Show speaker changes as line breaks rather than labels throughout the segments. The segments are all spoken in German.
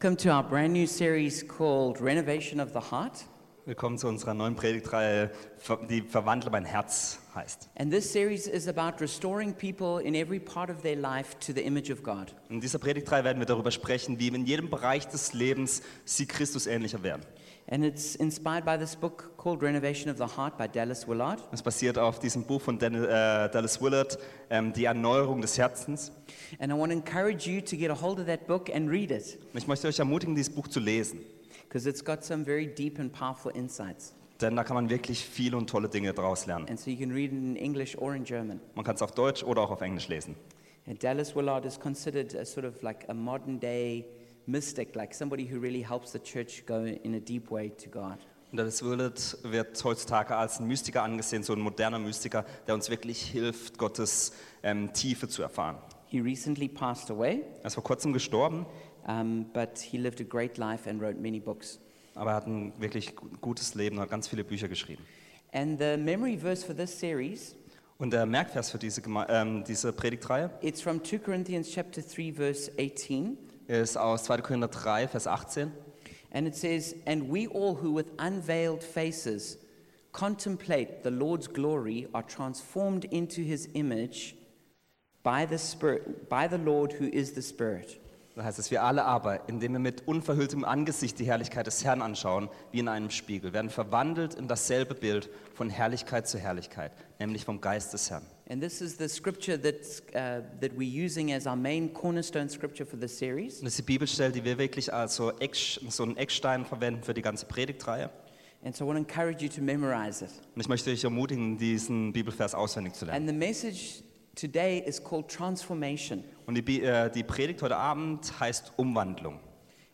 Welcome to our brand new series called Renovation of the Heart.
Willkommen zu unserer neuen Predigtreihe, Ver- die Verwandle mein Herz heißt.
And this series is about restoring people in every part of their life to the image of God.
In dieser Predigtreihe werden wir darüber sprechen, wie in jedem Bereich des Lebens sie Christus ähnlicher werden.
And it's inspired by this book called Renovation of the Heart by Dallas Willard.
Das basiert auf diesem Buch von Dan, äh, Dallas Willard, ähm, Die Erneuerung des Herzens.
And I want to encourage you to get a hold of that book and read it
Und ich möchte euch ermutigen, dieses Buch zu lesen,
because it's got some very deep and powerful insights.
denn da kann man wirklich viele und tolle Dinge daraus lernen.
And so you can read it in English or in German.
Man kann es auf Deutsch oder auch auf Englisch lesen.
And Dallas Willard is considered a sort of like a modern day mystic, like somebody who really helps the church go in a deep way to God.
Und Dallas Willard wird heutzutage als ein Mystiker angesehen, so ein moderner Mystiker, der uns wirklich hilft, Gottes ähm, Tiefe zu erfahren.
He recently passed away,
Er ist vor kurzem gestorben,
um, but he lived a great life and wrote many books.
aber er hat ein wirklich gu- gutes Leben und hat ganz viele Bücher geschrieben.
And the memory verse for this series,
Und der Merkvers für diese, Geme- ähm, diese Predigtreihe
it's from 2 Corinthians chapter 3 verse 18,
ist aus 2. Korinther 3, Vers 18.
and it says, "And we all who with unveiled faces contemplate the Lord's glory are transformed into his image by the Spirit, by the Lord who is the Spirit."
Da heißt es, wir alle aber, indem wir mit unverhülltem Angesicht die Herrlichkeit des Herrn anschauen, wie in einem Spiegel, werden verwandelt in dasselbe Bild von Herrlichkeit zu Herrlichkeit, nämlich vom Geist des Herrn.
And this is the scripture that's, uh, that we're using as our main cornerstone scripture for this series.
Und das ist die Bibelstelle, die wir wirklich als so, Eck, so einen Eckstein verwenden für die ganze Predigtreihe.
And so I want to encourage you to memorize it.
Und ich möchte euch ermutigen, diesen Bibelvers auswendig zu
And
lernen.
the message today is called transformation.
Und die, Bi- äh, die Predigt heute Abend heißt Umwandlung.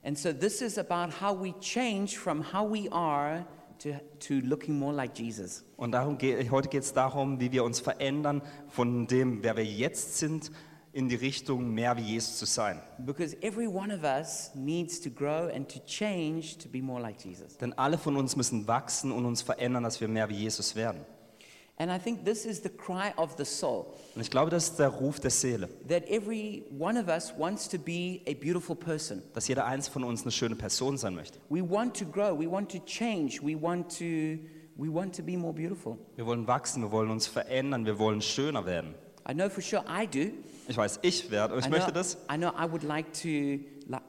And so this is about how we change from how we are to, to looking more like Jesus.
Und darum geht, heute geht es darum, wie wir uns verändern von dem, wer wir jetzt sind, in die Richtung mehr wie Jesus zu sein.
Because every one of us needs to grow and to change to be more like Jesus.
Denn alle von uns müssen wachsen und uns verändern, dass wir mehr wie Jesus werden.
And I think this is the cry of the soul
Und ich glaube, das ist der Ruf der Seele,
that every one of us wants to be a beautiful person.
dass jeder eins von uns eine schöne Person sein möchte.
We want to grow, we want to change, we want to, we want to be more beautiful.
Wir wollen wachsen, wir wollen uns verändern, wir wollen schöner werden.
I know for sure I do.
Ich weiß, ich werde, ich
I
möchte
know,
das.
I know I would like to, li-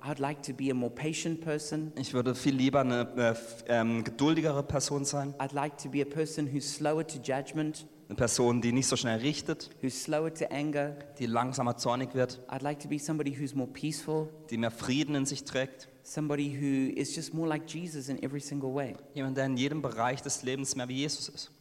I'd like to be a more patient person.
Ich würde viel lieber eine äh, f- ähm, geduldigere Person sein,
I'd like to be a person who's slower to judgment,
eine Person, die nicht so schnell richtet,
who's slower to anger.
die langsamer zornig wird,
I'd like to be somebody who's more peaceful,
die mehr Frieden in sich trägt.
somebody who is just more like Jesus in every single way.
Jemand, der in jedem Bereich des Lebens mehr wie Jesus ist.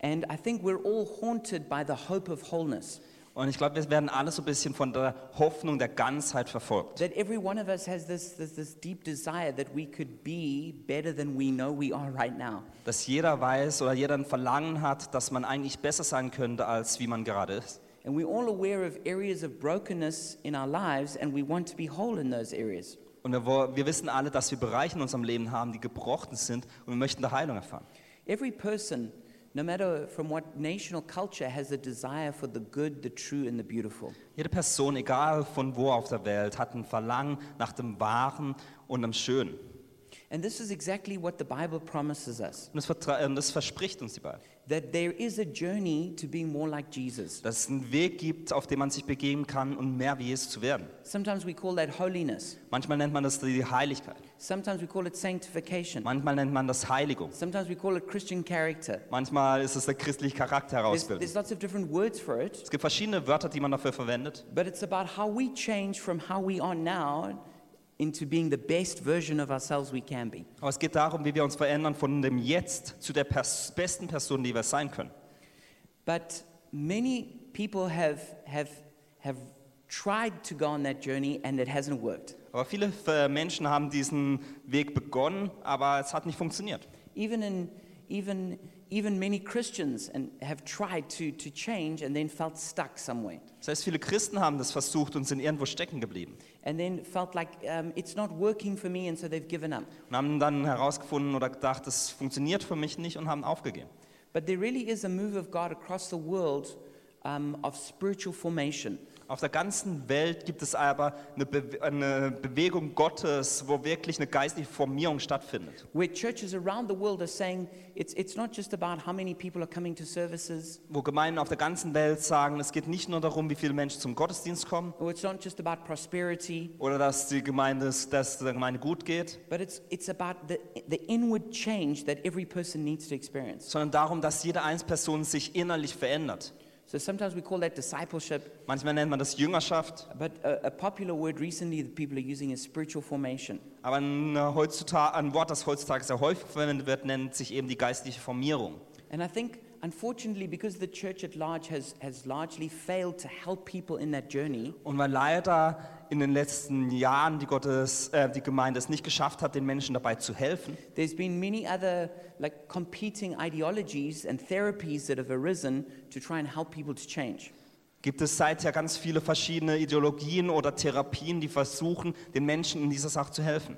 And I think we're all haunted by the hope of wholeness,
Und ich glaube, wir werden alle so ein bisschen von der Hoffnung der Ganzheit verfolgt.
that every one of us has this, this, this deep desire that we could be better than we know we are right now.
Dass jeder weiß oder jeder ein Verlangen hat, dass man eigentlich besser sein könnte, als wie man gerade ist.
And we're all aware of areas of brokenness in our lives, and we want to be whole in those areas.
Und wir, wo- wir wissen alle, dass wir Bereiche in unserem Leben haben, die gebrochen sind und wir möchten da Heilung erfahren.
Every person, no matter from what nation or culture, has a desire for the good, the true, and the beautiful.
Jede Person, egal von wo auf der Welt, hat ein Verlangen nach dem Wahren und dem Schönen.
And this is exactly what the Bible promises us
Und das, vertra- und das verspricht uns die Bibel.
that there is a journey to being more like Jesus.
Dass es einen Weg gibt, auf den man sich begeben kann, um mehr wie Jesus zu werden.
Sometimes we call that holiness,
Manchmal nennt man das die Heiligkeit.
sometimes we call it sanctification,
Manchmal nennt man das Heiligung.
sometimes we call it Christian character.
Manchmal ist es der christliche Charakter
There's,
herausbilden.
there's lots of different words for it,
Es gibt verschiedene Wörter, die man dafür verwendet.
but it's about how we change from how we are now into being the best version of ourselves we can be.
Aber es geht darum, wie wir uns verändern von dem Jetzt zu der pers besten Person, die wir sein können.
But many people have, have, have tried to go on that journey and it hasn't worked.
Aber viele äh, Menschen haben diesen Weg begonnen, aber es hat nicht funktioniert.
Even, in, even, even many Christians and have tried to, to change and then felt stuck somewhere.
Das heißt, viele Christen haben das versucht und sind irgendwo stecken geblieben
And then felt like um, it's not working for me, and so they've given up.
und haben dann herausgefunden oder gedacht, das funktioniert für mich nicht und haben aufgegeben.
But there really is a move of God across the world um, of spiritual formation.
Auf der ganzen Welt gibt es aber eine, Be eine Bewegung Gottes, wo wirklich eine geistliche Formierung stattfindet.
where churches around the world are saying it's, it's not just about how many people are coming to services,
Wo Gemeinden auf der ganzen Welt sagen, es geht nicht nur darum, wie viele Menschen zum Gottesdienst kommen
or it's not just about prosperity,
oder dass die Gemeinde, dass der Gemeinde gut geht,
but it's, it's about the, the inward change that every person needs to experience.
sondern darum, dass jede einzelne Person sich innerlich verändert.
So sometimes we call that discipleship,
Manchmal nennt man das Jüngerschaft,
but a, a popular word recently that people are using is spiritual formation.
aber ein, äh, heutzutage, ein Wort, das heutzutage sehr häufig verwendet wird, nennt sich eben die geistliche Formierung.
And I think, unfortunately, because the church at large has, has largely failed to help people in that journey,
Und weil leider in den letzten Jahren die, Gottes, äh, die Gemeinde es nicht geschafft hat, den Menschen dabei zu helfen,
there's been many other like competing ideologies and therapies that have arisen to try and help people to change.
gibt es seither ganz viele verschiedene Ideologien oder Therapien, die versuchen, den Menschen in dieser Sache zu helfen.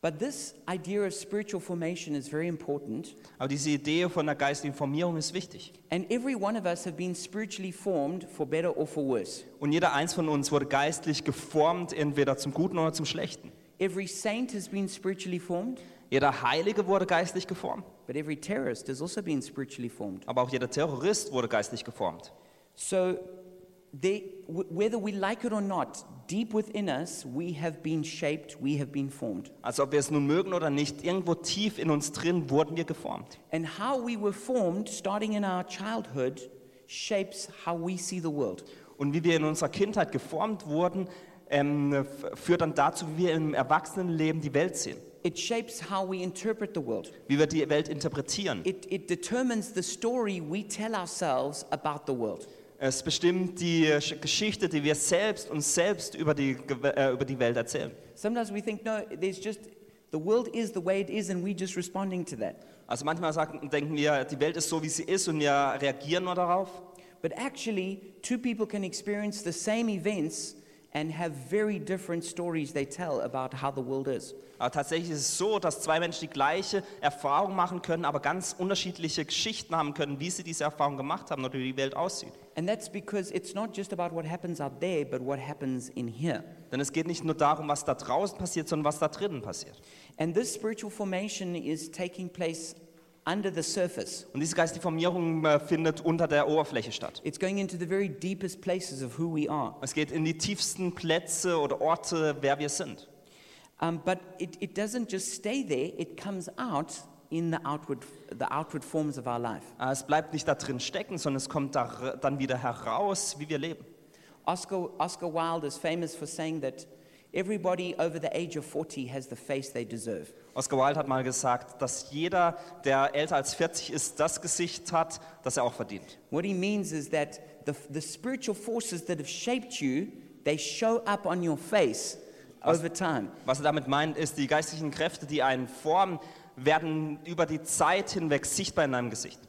But this idea of spiritual formation is very important,
Aber diese Idee von der geistigen Formierung ist wichtig.
and every one of us have been spiritually formed for better or for worse.
Und jeder eins von uns wurde geistlich geformt, entweder zum Guten oder zum Schlechten.
Every saint has been spiritually formed,
Jeder Heilige wurde geistlich geformt,
but every terrorist has also been spiritually formed.
aber auch jeder Terrorist wurde geistlich geformt.
So, they, w- whether we like it or not, deep within us, we have been shaped, we have been formed.
Also ob wir es nun mögen oder nicht, irgendwo tief in uns drin wurden wir geformt.
And how we were formed, starting in our childhood, shapes how we see the world.
Und wie wir in unserer Kindheit geformt wurden, ähm, f- führt dann dazu, wie wir im Erwachsenenleben die Welt sehen,
It shapes how we interpret the world.
wie wir die Welt interpretieren.
It, it determines the story we tell ourselves about the world.
Es bestimmt die äh, Sch- Geschichte, die wir selbst uns selbst über die, Gew- äh, über die Welt erzählen.
Sometimes we think, no, there's just, the world is the way it is, and we're just responding to that.
Also manchmal sagen, denken wir, die Welt ist so, wie sie ist und wir reagieren nur darauf.
But actually, two people can experience the same events and have very different stories they tell about how the world is.
Aber tatsächlich ist es so, dass zwei Menschen die gleiche Erfahrung machen können, aber ganz unterschiedliche Geschichten haben können, wie sie diese Erfahrung gemacht haben oder wie die Welt aussieht.
And that's because it's not just about what happens out there, but what happens in here.
Denn es geht nicht nur darum, was da draußen passiert, sondern was da drinnen passiert.
And this spiritual formation is taking place under the surface.
Und diese geistige Formierung äh, findet unter der Oberfläche statt.
It's going into the very deepest places of who we are.
Es geht in die tiefsten Plätze oder Orte, wer wir sind.
Um, but it, it doesn't just stay there, it comes out in the outward, the outward forms of our life.
Äh, Es bleibt nicht da drin stecken, sondern es kommt da, r- dann wieder heraus, wie wir leben.
Oscar, Oscar Wilde is famous for saying that everybody over the age of 40 has the face they deserve.
Oscar Wilde hat mal gesagt, dass jeder, der älter als 40 ist, das Gesicht hat, das er auch verdient.
What he means is that the, the spiritual forces that have shaped you, they show up on your face over time.
Was er damit meint, ist, die geistlichen Kräfte, die einen formen, werden über die Zeit hinweg sichtbar in deinem Gesicht.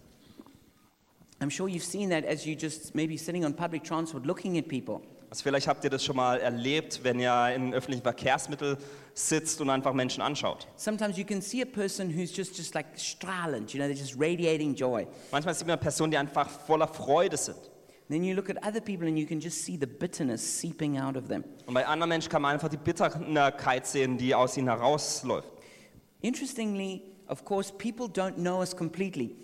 I'm sure you've seen that as you just maybe sitting on public transport looking at people.
Also vielleicht habt ihr das schon mal erlebt, wenn ihr in öffentlichen Verkehrsmitteln sitzt und einfach Menschen anschaut.
Sometimes you can see a person who's just, just like strahlend, you know, they're just radiating joy.
Manchmal sieht man Personen, die einfach voller Freude sind.
Then you look at other people and you can just see the bitterness seeping out of them.
Und bei anderen Menschen kann man einfach die Bitterkeit sehen, die aus ihnen herausläuft.
Interestingly, of course, people don't know us completely.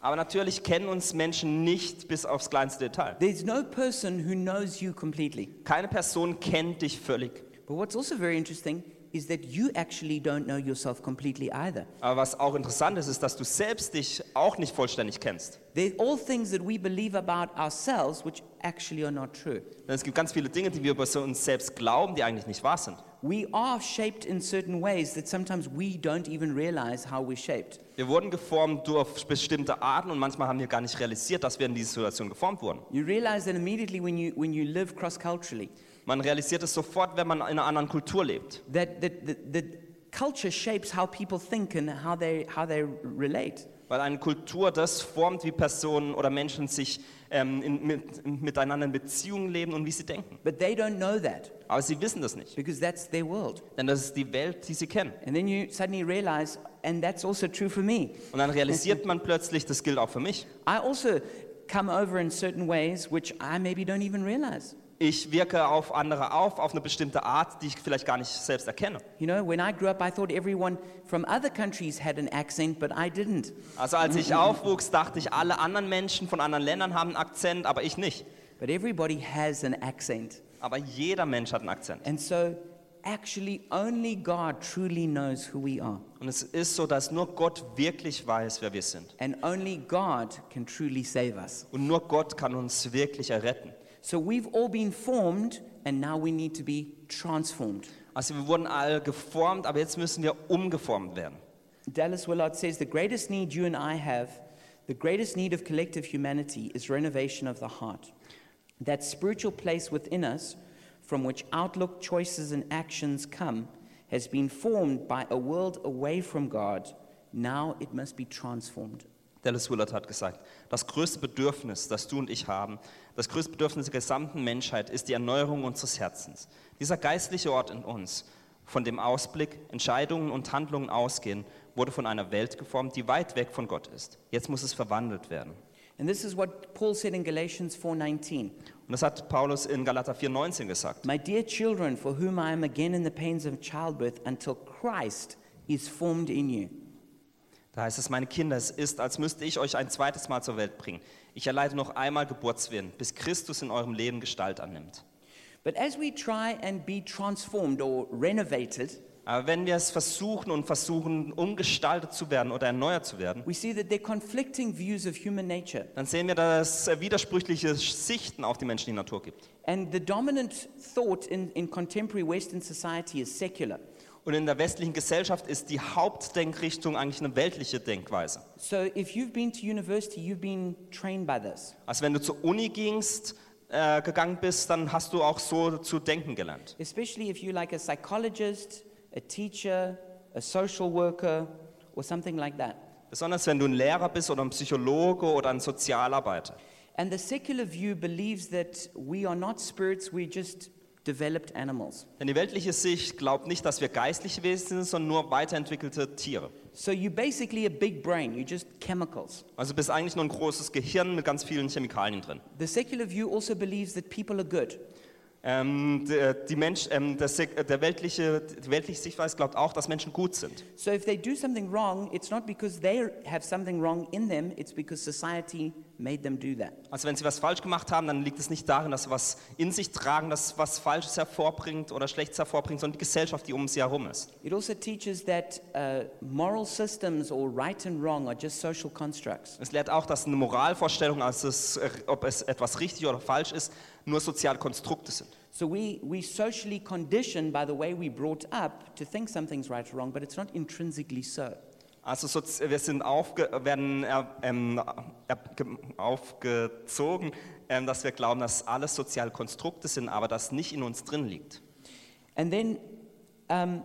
Aber natürlich kennen uns Menschen nicht bis aufs kleinste Detail.
There's no person who knows you completely.
Keine Person kennt dich völlig.
But what's also very interesting is that you actually don't know yourself completely either.
Aber was auch interessant ist, ist, dass du selbst dich auch nicht vollständig kennst.
They're all things that we believe about ourselves which actually are not true.
Denn es gibt ganz viele Dinge, die wir über so uns selbst glauben, die eigentlich nicht wahr sind.
We are shaped in certain ways that sometimes we don't even realize how we're shaped.
Wir wurden geformt durch bestimmte Arten und manchmal haben wir gar nicht realisiert, dass wir in diese Situation geformt wurden.
You realize that immediately when you, when you live cross culturally,
Man realisiert es sofort, wenn man in einer anderen Kultur lebt.
that, that, that, that culture shapes how people think and how they, how they relate.
Weil eine Kultur das formt, wie Personen oder Menschen sich ähm, in, mit, miteinander in Beziehung leben und wie sie denken.
But they don't know that
Aber sie wissen das nicht,
because that's their world.
denn das ist die Welt, die sie kennen.
And then you suddenly realize, and that's also true for me.
Und dann realisiert man plötzlich, das gilt auch für mich.
I also come over in certain ways which I maybe don't even realize.
Ich wirke auf andere auf, auf eine bestimmte Art, die ich vielleicht gar nicht selbst erkenne.
You know, when I grew up, I thought everyone from other countries had an accent, but I didn't.
Also als ich aufwuchs, dachte ich, alle anderen Menschen von anderen Ländern haben einen Akzent, aber ich nicht.
But everybody has an accent.
Aber jeder Mensch hat einen Akzent.
And so, actually, only God truly knows who we are.
Und es ist so, dass nur Gott wirklich weiß, wer wir sind.
And only God can truly save us.
Und nur Gott kann uns wirklich erretten.
So, we've all been formed, and now we need to be transformed.
Also wir wurden all geformt, aber jetzt müssen wir umgeformt werden.
Dallas Willard says the greatest need you and I have, the greatest need of collective humanity, is renovation of the heart. That spiritual place within us from which outlook, choices, and actions come has been formed by a world away from God. Now it must be transformed.
Dallas Willard hat gesagt, das größte Bedürfnis, das du und ich haben, das größte Bedürfnis der gesamten Menschheit ist die Erneuerung unseres Herzens. Dieser geistliche Ort in uns, von dem Ausblick, Entscheidungen und Handlungen ausgehen, wurde von einer Welt geformt, die weit weg von Gott ist. Jetzt muss es verwandelt werden.
And this is what Paul said in Galatians 4:19.
Und das hat Paulus in Galater 4,19 gesagt.
My dear children, for whom I am again in the pains of childbirth until Christ is formed in you.
Da heißt es, meine Kinder, es ist, als müsste ich euch ein zweites Mal zur Welt bringen. Ich erleide noch einmal Geburtswillen, bis Christus in eurem Leben Gestalt annimmt.
But as we try and be transformed or renovated,
Aber wenn wir es versuchen und versuchen, umgestaltet zu werden oder erneuert zu werden,
we see that they're conflicting views of human nature.
dann sehen wir, dass es widersprüchliche Sichten auf die menschliche Natur gibt.
And the dominant thought in, in contemporary Western society is secular.
Und in der westlichen Gesellschaft ist die Hauptdenkrichtung eigentlich eine weltliche Denkweise.
So if you've been to university, you've been trained by this.
Also wenn du zur Uni gingst, äh, gegangen bist, dann hast du auch so zu denken gelernt.
Especially if you're like a psychologist, a teacher, a social worker, or something like that.
Besonders wenn du ein Lehrer bist oder ein Psychologe oder ein Sozialarbeiter.
And the secular view believes that we are not spirits, we're just developed animals.
Denn die weltliche Sicht glaubt nicht, dass wir geistliche Wesen sind, sondern nur weiterentwickelte Tiere.
So you're basically a big brain, you're just chemicals.
Also du bist eigentlich nur ein großes Gehirn mit ganz vielen Chemikalien drin.
The secular view also believes that people are good.
Ähm, der, die Mensch, ähm, der, Sek- äh, der weltliche, die weltliche Sichtweise glaubt auch, dass Menschen gut sind.
So if they do something wrong, it's not because they have something wrong in them, it's because society made them do that.
Also wenn sie was falsch gemacht haben, dann liegt es nicht darin, dass sie was in sich tragen, dass was Falsches hervorbringt oder Schlechtes hervorbringt, sondern die Gesellschaft, die um sie herum ist.
It also teaches that uh, moral systems or right and wrong are just social constructs.
Es lehrt auch, dass eine Moralvorstellung, also es, äh, ob es etwas richtig oder falsch ist, nur soziale Konstrukte sind.
So we, we socially conditioned by the way we brought up to think something's right or wrong, but it's not intrinsically so.
Also soz- wir sind aufge werden äh, ähm, äh, ge- aufgezogen, ähm, dass wir glauben, dass alles soziale Konstrukte sind, aber das nicht in uns drin liegt.
And then um,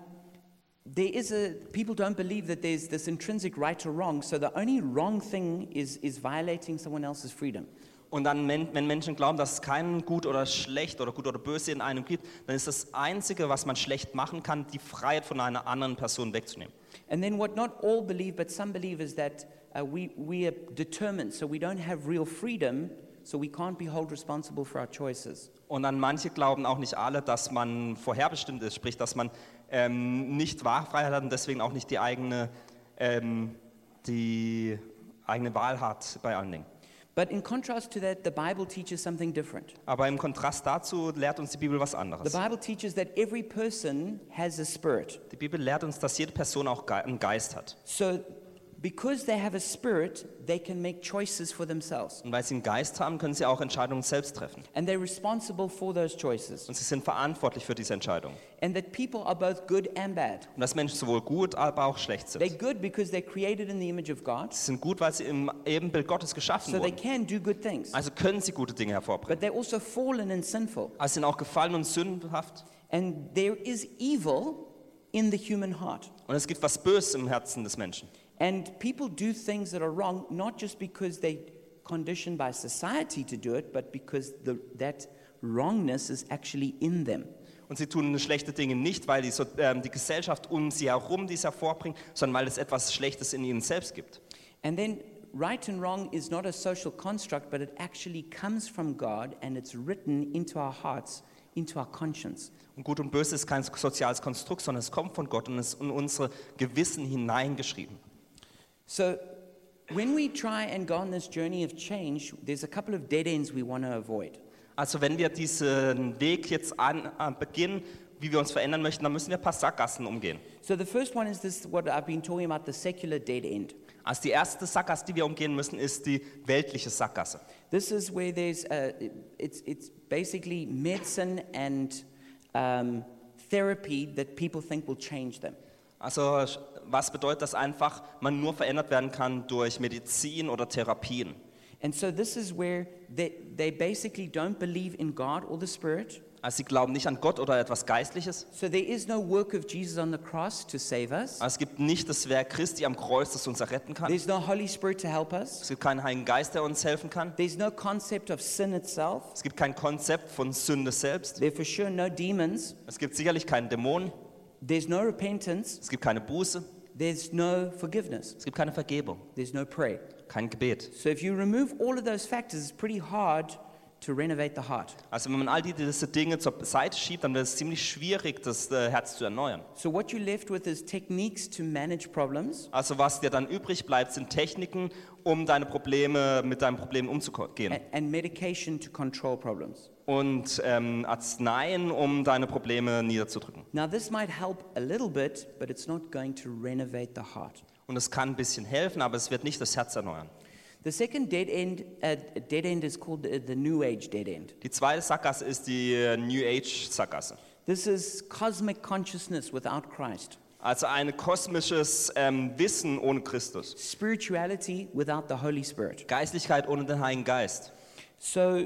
there is a, people don't believe that there's this intrinsic right or wrong, so the only wrong thing is, is violating someone else's freedom.
Und dann, men- wenn Menschen glauben, dass es keinen gut oder schlecht oder gut oder böse in einem gibt, dann ist das Einzige, was man schlecht machen kann, die Freiheit von einer anderen Person wegzunehmen.
And then what not all believe, but some believe, is that uh, we, we are determined, so we don't have real freedom, so we can't be held responsible for our choices.
Und dann manche glauben auch nicht alle, dass man vorherbestimmt ist, sprich, dass man ähm, nicht Wahlfreiheit hat und deswegen auch nicht die eigene, ähm, die eigene Wahl hat bei allen Dingen.
But in contrast to that, the Bible teaches something different.
Aber im Kontrast dazu lehrt uns die Bibel was
The
anderes.
Bible teaches that every person has a spirit.
Die Bibel lehrt uns, dass jede Person auch Ge- einen Geist hat.
So, because they have a spirit, they can make choices for themselves.
Und weil sie einen Geist haben, können sie auch Entscheidungen selbst treffen.
And they're responsible for those choices.
Und sie sind verantwortlich für diese Entscheidungen.
And that people are both good and bad.
Und dass Menschen sowohl gut, aber auch schlecht sind.
They're good because they're created in the image of God,
Sie sind gut, weil sie im Ebenbild Gottes geschaffen
so they
wurden.
can do good things.
Also können sie gute Dinge hervorbringen.
But they're also fallen and sinful.
Aber sie sind auch gefallen und sündhaft.
And there is evil in the human heart.
Und es gibt was Böses im Herzen des Menschen.
And people do things that are wrong, not just because they conditioned by society to do it, but because the, that wrongness is actually in them.
Und sie tun schlechte Dinge nicht, weil die, so, ähm, die Gesellschaft um sie herum dies hervorbringt, sondern weil es etwas Schlechtes in ihnen selbst gibt.
And then right and wrong is not a social construct, but it actually comes from God and it's written into our hearts, into our conscience.
Und Gut und Böse ist kein soziales Konstrukt, sondern es kommt von Gott und ist in unsere Gewissen hineingeschrieben.
So when we try and go on this journey of change, there's a couple of dead ends we want to avoid.
Also wenn wir diesen Weg jetzt an, äh, beginnen, wie wir uns verändern möchten, dann müssen wir ein paar Sackgassen umgehen.
So the first one is this what I've been talking about the secular dead end.
Also die erste Sackgasse, die wir umgehen müssen, ist die weltliche Sackgasse.
This is where there's uh, it's it's basically medicine and um, therapy that people think will change them.
Also was bedeutet das einfach? Man nur verändert werden kann durch Medizin oder Therapien.
And so this is where they, they basically don't believe in God or the Spirit.
Also sie glauben nicht an Gott oder etwas Geistliches.
So there is no work of Jesus on the cross to save us.
Also es gibt nicht das Werk Christi am Kreuz, das uns erretten kann.
There's no Holy Spirit to help us.
Es gibt keinen Heiligen Geist, der uns helfen kann.
There's no concept of sin itself.
Es gibt kein Konzept von Sünde selbst.
There are for sure no demons.
Es gibt sicherlich keinen Dämon.
There's no repentance.
Es gibt keine Buße.
There's no forgiveness.
Es gibt keine Vergebung.
There's no prayer.
Kein Gebet.
So if you remove all of those factors, it's pretty hard to renovate the heart.
Also wenn man all die- diese Dinge zur Seite schiebt, dann wird es ziemlich schwierig, das äh, Herz zu erneuern.
So what you're left with is techniques to manage problems.
Also was dir dann übrig bleibt, sind Techniken, um deine Probleme mit deinen Problemen umzugehen
a- and medication to control problems.
und ähm, Arzneien, um deine Probleme niederzudrücken.
Now, this might help a little bit, but it's not going to renovate the heart.
Und es kann ein bisschen helfen, aber es wird nicht das Herz erneuern.
The second dead end, uh, dead end is called the, the New Age dead end.
Die zweite Sackgasse ist die äh, New Age Sackgasse.
This is cosmic consciousness without Christ,
Also ein kosmisches ähm, Wissen ohne Christus.
spirituality without the Holy Spirit.
Geistlichkeit ohne den Heiligen Geist.
So,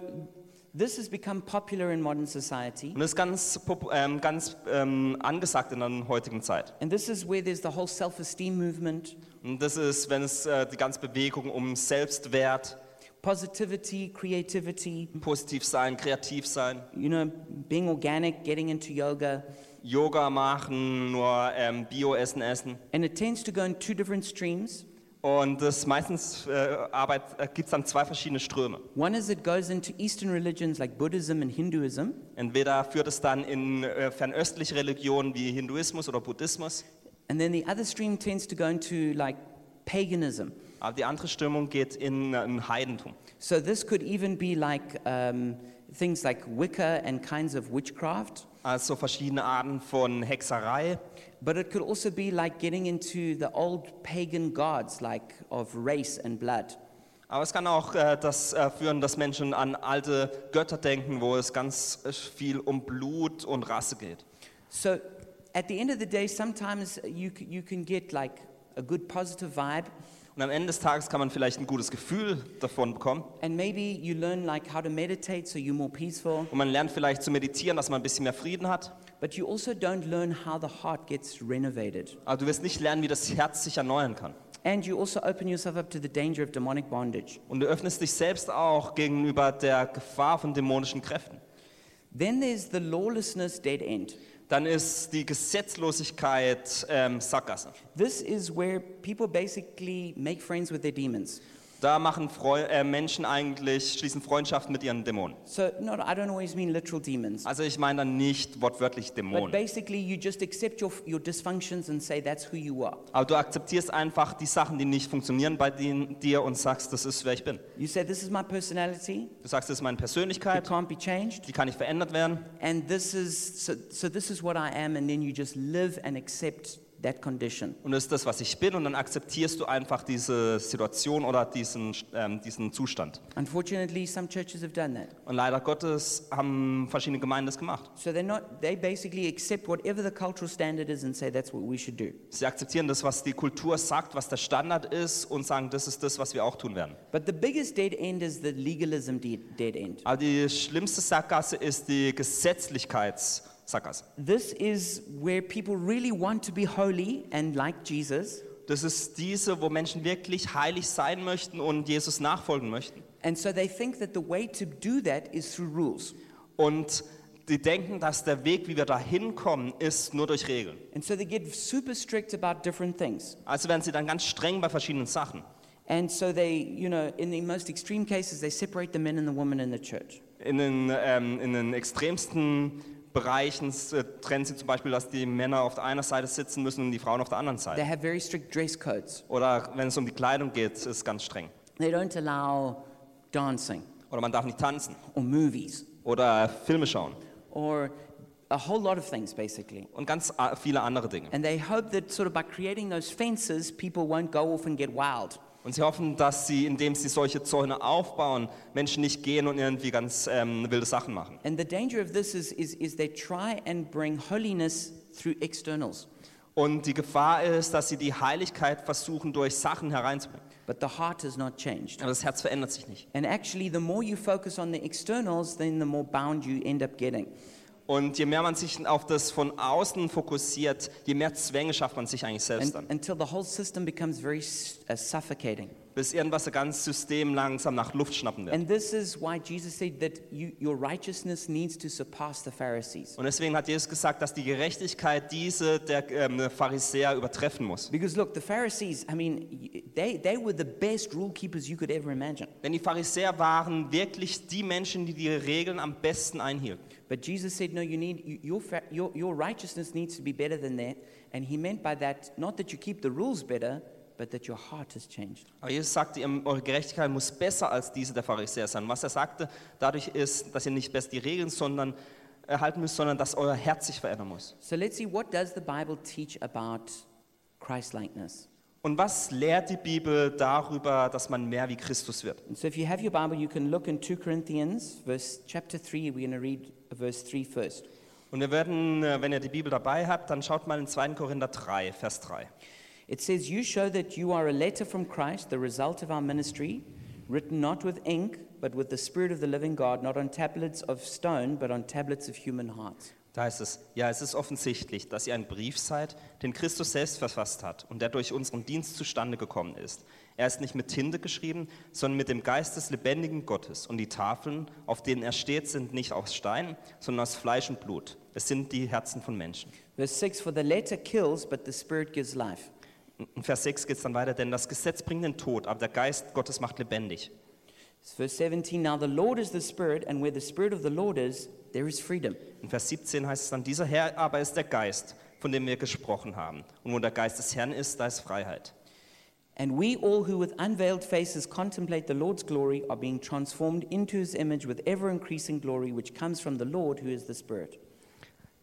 this has become popular in modern society,
Und das ist ganz, pop- ähm, ganz ähm, angesagt in der heutigen Zeit.
and this is where there's the whole self esteem movement,
Und das ist, wenn es äh, die ganze Bewegung um Selbstwert,
positivity, creativity,
positiv sein, kreativ sein,
you know, being organic, getting into yoga.
Yoga machen, nur ähm, Bio-Essen essen.
And it tends to go in two different streams.
Und das meistens äh, Arbeit, äh, gibt es dann zwei verschiedene Ströme.
One is it goes into Eastern religions like Buddhism and Hinduism,
Entweder führt es dann in äh, fernöstliche Religionen wie Hinduismus oder Buddhismus,
and then the other stream tends to go into like paganism.
aber die andere Strömung geht in äh, ein Heidentum.
So this could even be like um, things like Wicca and kinds of witchcraft,
Also verschiedene Arten von Hexerei,
but it could also be like getting into the old pagan gods like of race and blood.
Aber es kann auch äh, das äh, führen, dass Menschen an alte Götter denken, wo es ganz äh, viel um Blut und Rasse geht.
So at the end of the day, sometimes you, c- you can get like a good positive vibe,
Und am Ende des Tages kann man vielleicht ein gutes Gefühl davon bekommen.
and maybe you learn like how to meditate so you're more peaceful.
Und man lernt vielleicht zu meditieren, dass man ein bisschen mehr Frieden hat.
But you also don't learn how the heart gets renovated.
Aber du wirst nicht lernen, wie das Herz sich erneuern kann.
And you also open yourself up to the danger of demonic bondage.
Und du öffnest dich selbst auch gegenüber der Gefahr von dämonischen Kräften.
Then there's the lawlessness dead end.
Dann ist die Gesetzlosigkeit ähm, Sackgasse.
This is where people basically make friends with their demons.
Da machen Freu äh, Menschen eigentlich, schließen Freundschaften mit ihren Dämonen.
So, no, I don't always mean literal demons.
Also ich meine dann nicht wortwörtlich
But
Dämonen.
basically, you just accept your, your dysfunctions and say that's who you are.
Aber du akzeptierst einfach die Sachen, die nicht funktionieren bei denen, dir und sagst, das ist, wer ich bin.
You say, this is my personality,
Du sagst, das ist meine
it
Persönlichkeit,
can't be changed.
die kann nicht verändert werden.
And this is, so, so this is what I am. And then you just live and accept that condition.
Und das ist das, was ich bin. Und dann akzeptierst du einfach diese Situation oder diesen, ähm, diesen Zustand.
Unfortunately, some churches have done that.
Und leider Gottes haben verschiedene Gemeinden das gemacht.
So they're not, they basically accept whatever the cultural standard is and say that's what we should do.
Sie akzeptieren das, was die Kultur sagt, was der Standard ist und sagen, das ist das, was wir auch tun werden.
But the biggest dead end is the legalism de- dead end.
Aber die schlimmste Sackgasse ist die Gesetzlichkeitssackgasse.
This is where people really want to be holy and like Jesus.
Das ist diese, wo Menschen wirklich heilig sein möchten und Jesus nachfolgen möchten.
And so they think that the way to do that is through rules.
Und die denken, dass der Weg, wie wir da hinkommen, ist nur durch Regeln.
And so they get super strict about different things.
Also werden sie dann ganz streng bei verschiedenen Sachen.
And so they, you know, in the most extreme cases, they separate the men and the women in the church.
In den, ähm, in den extremsten Bereichen äh, trennen sie zum Beispiel, dass die Männer auf der einen Seite sitzen müssen und die Frauen auf der anderen
They
Seite.
have very strict dress codes.
Oder wenn es um die Kleidung geht, ist es ganz streng.
They don't allow dancing
Oder man darf nicht tanzen.
or movies
Oder Filme schauen.
or a whole lot of things, basically.
Und ganz a- viele andere Dinge.
And they hope that sort of by creating those fences, people won't go off and get wild.
Und sie hoffen, dass sie, indem sie solche Zäune aufbauen, Menschen nicht gehen und irgendwie ganz ähm, wilde Sachen machen.
And the danger of this is, is, is they try and bring holiness through externals,
Und die Gefahr ist, dass sie die Heiligkeit versuchen, durch Sachen hereinzubringen.
but the heart is not changed.
Aber das Herz verändert sich nicht.
And actually, the more you focus on the externals, then the more bound you end up getting.
Und je mehr man sich auf das von außen fokussiert, je mehr Zwänge schafft man sich eigentlich selbst
And,
an.
until the whole system becomes very s- uh, suffocating.
Bis irgendwas das ganze System langsam nach Luft schnappen wird.
And this is why Jesus said that you, your righteousness needs to surpass the Pharisees.
Und deswegen hat Jesus gesagt, dass die Gerechtigkeit diese der ähm, der Pharisäer übertreffen muss.
Because look, the Pharisees, I mean, y- they, they were the best rule keepers you could ever imagine.
Denn die Pharisäer waren wirklich die Menschen, die die Regeln am besten einhielten.
But Jesus said, no, you need, y- your, fa- your, your righteousness needs to be better than that. And he meant by that, not that you keep the rules better, but that your heart has changed.
Aber Jesus sagte, ihr- eure Gerechtigkeit muss besser als diese der Pharisäer sein. Was er sagte, dadurch ist, dass ihr nicht besser die Regeln sondern erhalten müsst, sondern dass euer Herz sich verändern muss.
So let's see, what does the Bible teach about Christ-likeness?
Und was lehrt die Bibel darüber, dass man mehr wie Christus wird?
And so if you have your Bible, you can look in 2 Corinthians, verse, chapter 3. We're going to read verse 3 first.
Und wir werden, äh, wenn ihr die Bibel dabei habt, dann schaut mal in 2. Korinther 3, Vers 3.
It says, You show that you are a letter from Christ, the result of our ministry, written not with ink, but with the Spirit of the living God, not on tablets of stone, but on tablets of human hearts.
Da heißt es, ja, es ist offensichtlich, dass ihr ein Brief seid, den Christus selbst verfasst hat und der durch unseren Dienst zustande gekommen ist. Er ist nicht mit Tinte geschrieben, sondern mit dem Geist des lebendigen Gottes. Und die Tafeln, auf denen er steht, sind nicht aus Stein, sondern aus Fleisch und Blut. Es sind die Herzen von Menschen.
Verse 6 For the letter kills, but the Spirit gives life.
In Vers 6 geht es dann weiter, denn das Gesetz bringt den Tod, aber der Geist Gottes macht lebendig.
It's verse 17 Now the Lord is the Spirit, and where the Spirit of the Lord is, there is freedom.
In Vers 17 heißt es dann, dieser Herr aber ist der Geist, von dem wir gesprochen haben. Und wo der Geist des Herrn ist, da ist Freiheit.
And we all who with unveiled faces contemplate the Lord's glory are being transformed into his image with ever increasing glory, which comes from the Lord who is the Spirit.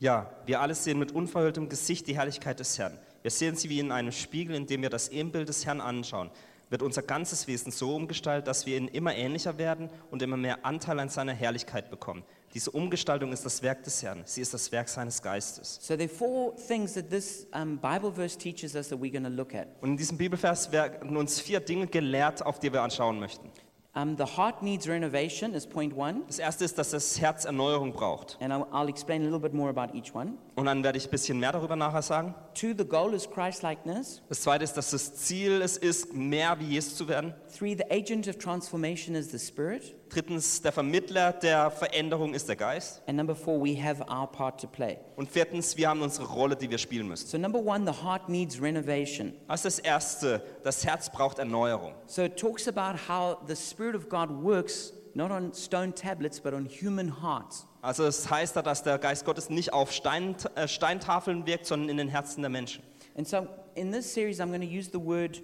Ja, wir alle sehen mit unverhülltem Gesicht die Herrlichkeit des Herrn. Wir sehen sie wie in einem Spiegel, in dem wir das Ebenbild des Herrn anschauen. Wird unser ganzes Wesen so umgestaltet, dass wir ihm immer ähnlicher werden und immer mehr Anteil an seiner Herrlichkeit bekommen. Diese Umgestaltung ist das Werk des Herrn. Sie ist das Werk seines Geistes.
So there are four things that this um, Bible verse teaches us that we're going to look at.
Und in diesem Bibelvers werden uns vier Dinge gelehrt, auf die wir anschauen möchten.
Um, the heart needs renovation is point one,
Das erste ist, dass das Herz Erneuerung braucht.
and I'll, I'll explain a little bit more about each one.
Und dann werde ich ein bisschen mehr darüber nachher sagen.
Two, the goal is Christ-likeness.
Das zweite ist, dass das Ziel es ist, mehr wie Jesus zu werden.
Three, the agent of transformation is the Spirit.
Drittens, der Vermittler der Veränderung ist der Geist.
And number four, we have our part to play.
Und viertens, wir haben unsere Rolle, die wir spielen müssen.
So number one, the heart needs renovation.
Also das Erste, das Herz braucht Erneuerung.
So it talks about how the Spirit of God works not on stone tablets, but on human hearts.
Also es heißt da, dass der Geist Gottes nicht auf Stein, äh, Steintafeln wirkt, sondern in den Herzen der Menschen.
And so in this series, I'm going to use the word,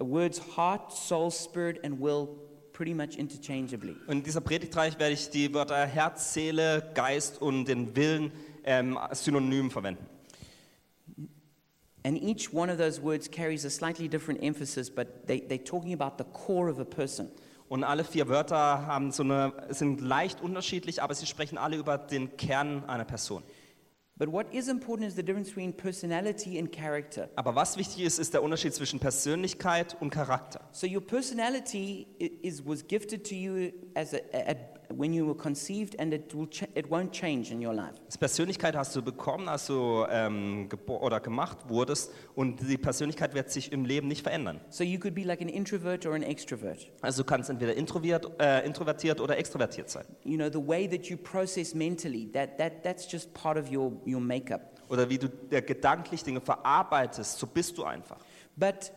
uh, words heart, soul, spirit, and will pretty much interchangeably.
Und in dieser Predigtreich werde ich die Wörter Herz, Seele, Geist und den Willen ähm, synonym verwenden.
And each one of those words carries a slightly different emphasis, but they, they're talking about the core of a person.
Und alle vier Wörter haben so eine, sind leicht unterschiedlich, aber sie sprechen alle über den Kern einer Person.
But what is important is the difference between personality and character.
Aber was wichtig ist, ist der Unterschied zwischen Persönlichkeit und Charakter.
So your personality i- is, was gifted to you as a, a, a- when you were conceived, and it, will cha- it won't change in your life.
Das Persönlichkeit hast du bekommen, als du ähm, gebo- oder gemacht wurdest und die Persönlichkeit wird sich im Leben nicht verändern.
So you could be like an introvert or an extrovert.
Also du kannst entweder introvert, äh, introvertiert oder extrovertiert sein.
You know, the way that you process mentally, that, that, that's just part of your, your makeup.
Oder wie du äh, gedanklich Dinge verarbeitest, so bist du einfach.
But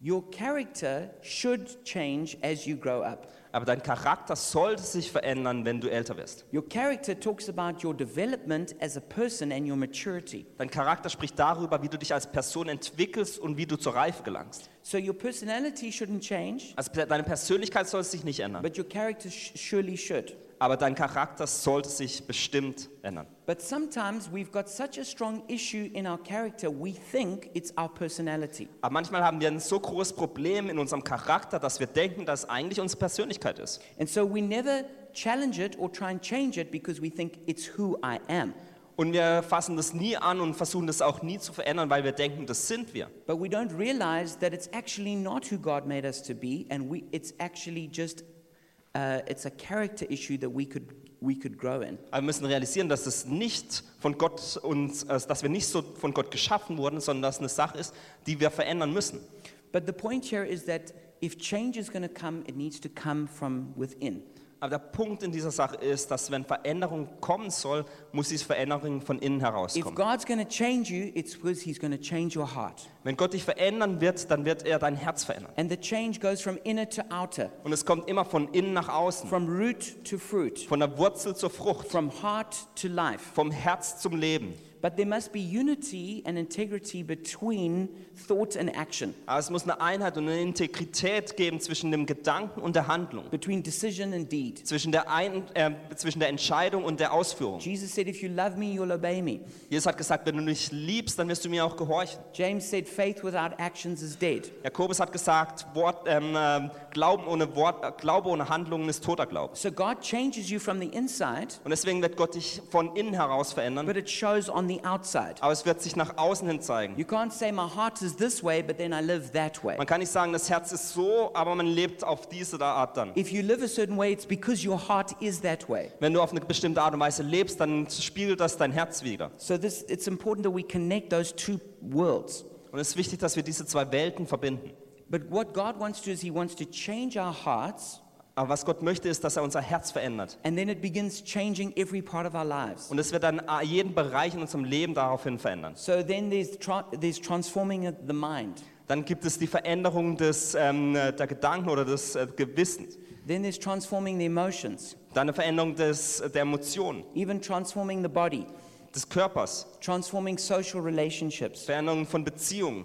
Your character should change as you grow up.
Aber dein Charakter sollte sich verändern, wenn du älter wirst.
Your character talks about your development as a person and your maturity.
Dein Charakter spricht darüber, wie du dich als Person entwickelst und wie du zur Reife gelangst.
So your personality shouldn't change,
Also pe- deine Persönlichkeit sollte sich nicht ändern,
but your character sh- surely should.
aber dein Charakter sollte sich bestimmt ändern.
But sometimes we've got such a strong issue in our character, we think it's our personality.
Aber manchmal haben wir ein so großes Problem in unserem Charakter, dass wir denken, dass es eigentlich unsere Persönlichkeit ist.
And so we never challenge it or try and change it because we think it's who I am.
Und wir fassen das nie an und versuchen das auch nie zu verändern, weil wir denken, das sind wir.
But we don't realize that it's actually not who God made us to be, and we, it's actually just uh, it's a character issue that we could we could grow in.
Aber wir müssen realisieren, dass es nicht von Gott uns, äh, dass wir nicht so von Gott geschaffen wurden, sondern dass es eine Sache ist, die wir verändern müssen.
But the point here is that if change is going to come, it needs to come from within.
Aber der Punkt in dieser Sache ist, dass wenn Veränderung kommen soll, muss diese Veränderung von innen
If
herauskommen.
God's going to change you, it's because He's going to change your heart,
Wenn Gott dich verändern wird, dann wird er dein Herz verändern.
and the change goes from inner to outer,
Und es kommt immer von innen nach außen,
from root to fruit,
von der Wurzel zur Frucht,
from heart to life.
vom Herz zum Leben.
But there must be unity and integrity between thought and action,
Aber es muss eine Einheit und eine Integrität geben zwischen dem Gedanken und der Handlung,
between decision and deed.
zwischen der, Ein äh, zwischen der Entscheidung und der Ausführung.
Jesus said, If you love me, you'll obey me.
Jesus hat gesagt, wenn du mich liebst, dann wirst du mir auch gehorchen.
James said, Faith without actions is dead.
Jakobus hat gesagt, Wort, ähm, ähm, Glauben ohne Wort, äh, Glaube ohne Handlungen ist toter Glaube.
So God changes you from the inside,
Und deswegen wird Gott dich von innen heraus verändern,
but it shows on the outside.
aber es wird sich nach außen hin zeigen.
You can't say, My heart is this way, but then I live that way.
Man kann nicht sagen, das Herz ist so, aber man lebt auf diese Art dann.
If you live a certain way, it's because your heart is that way.
Wenn du auf eine bestimmte Art und Weise lebst, dann spiegelt das dein Herz wieder.
So this, it's important that we connect those two worlds.
Und es ist wichtig, dass wir diese zwei Welten verbinden.
But what God wants to do is He wants to change our hearts,
Aber was Gott möchte, ist, dass er unser Herz verändert.
and then it begins changing every part of our lives.
Und es wird dann jeden Bereich in unserem Leben daraufhin verändern.
So then there's, tra- there's transforming the mind.
Dann gibt es die Veränderung des, ähm, der Gedanken oder des äh, Gewissens.
Then there's transforming the emotions,
Dann eine Veränderung des, der Emotionen,
even transforming the body,
des Körpers.
transforming social relationships.
Veränderung von Beziehungen.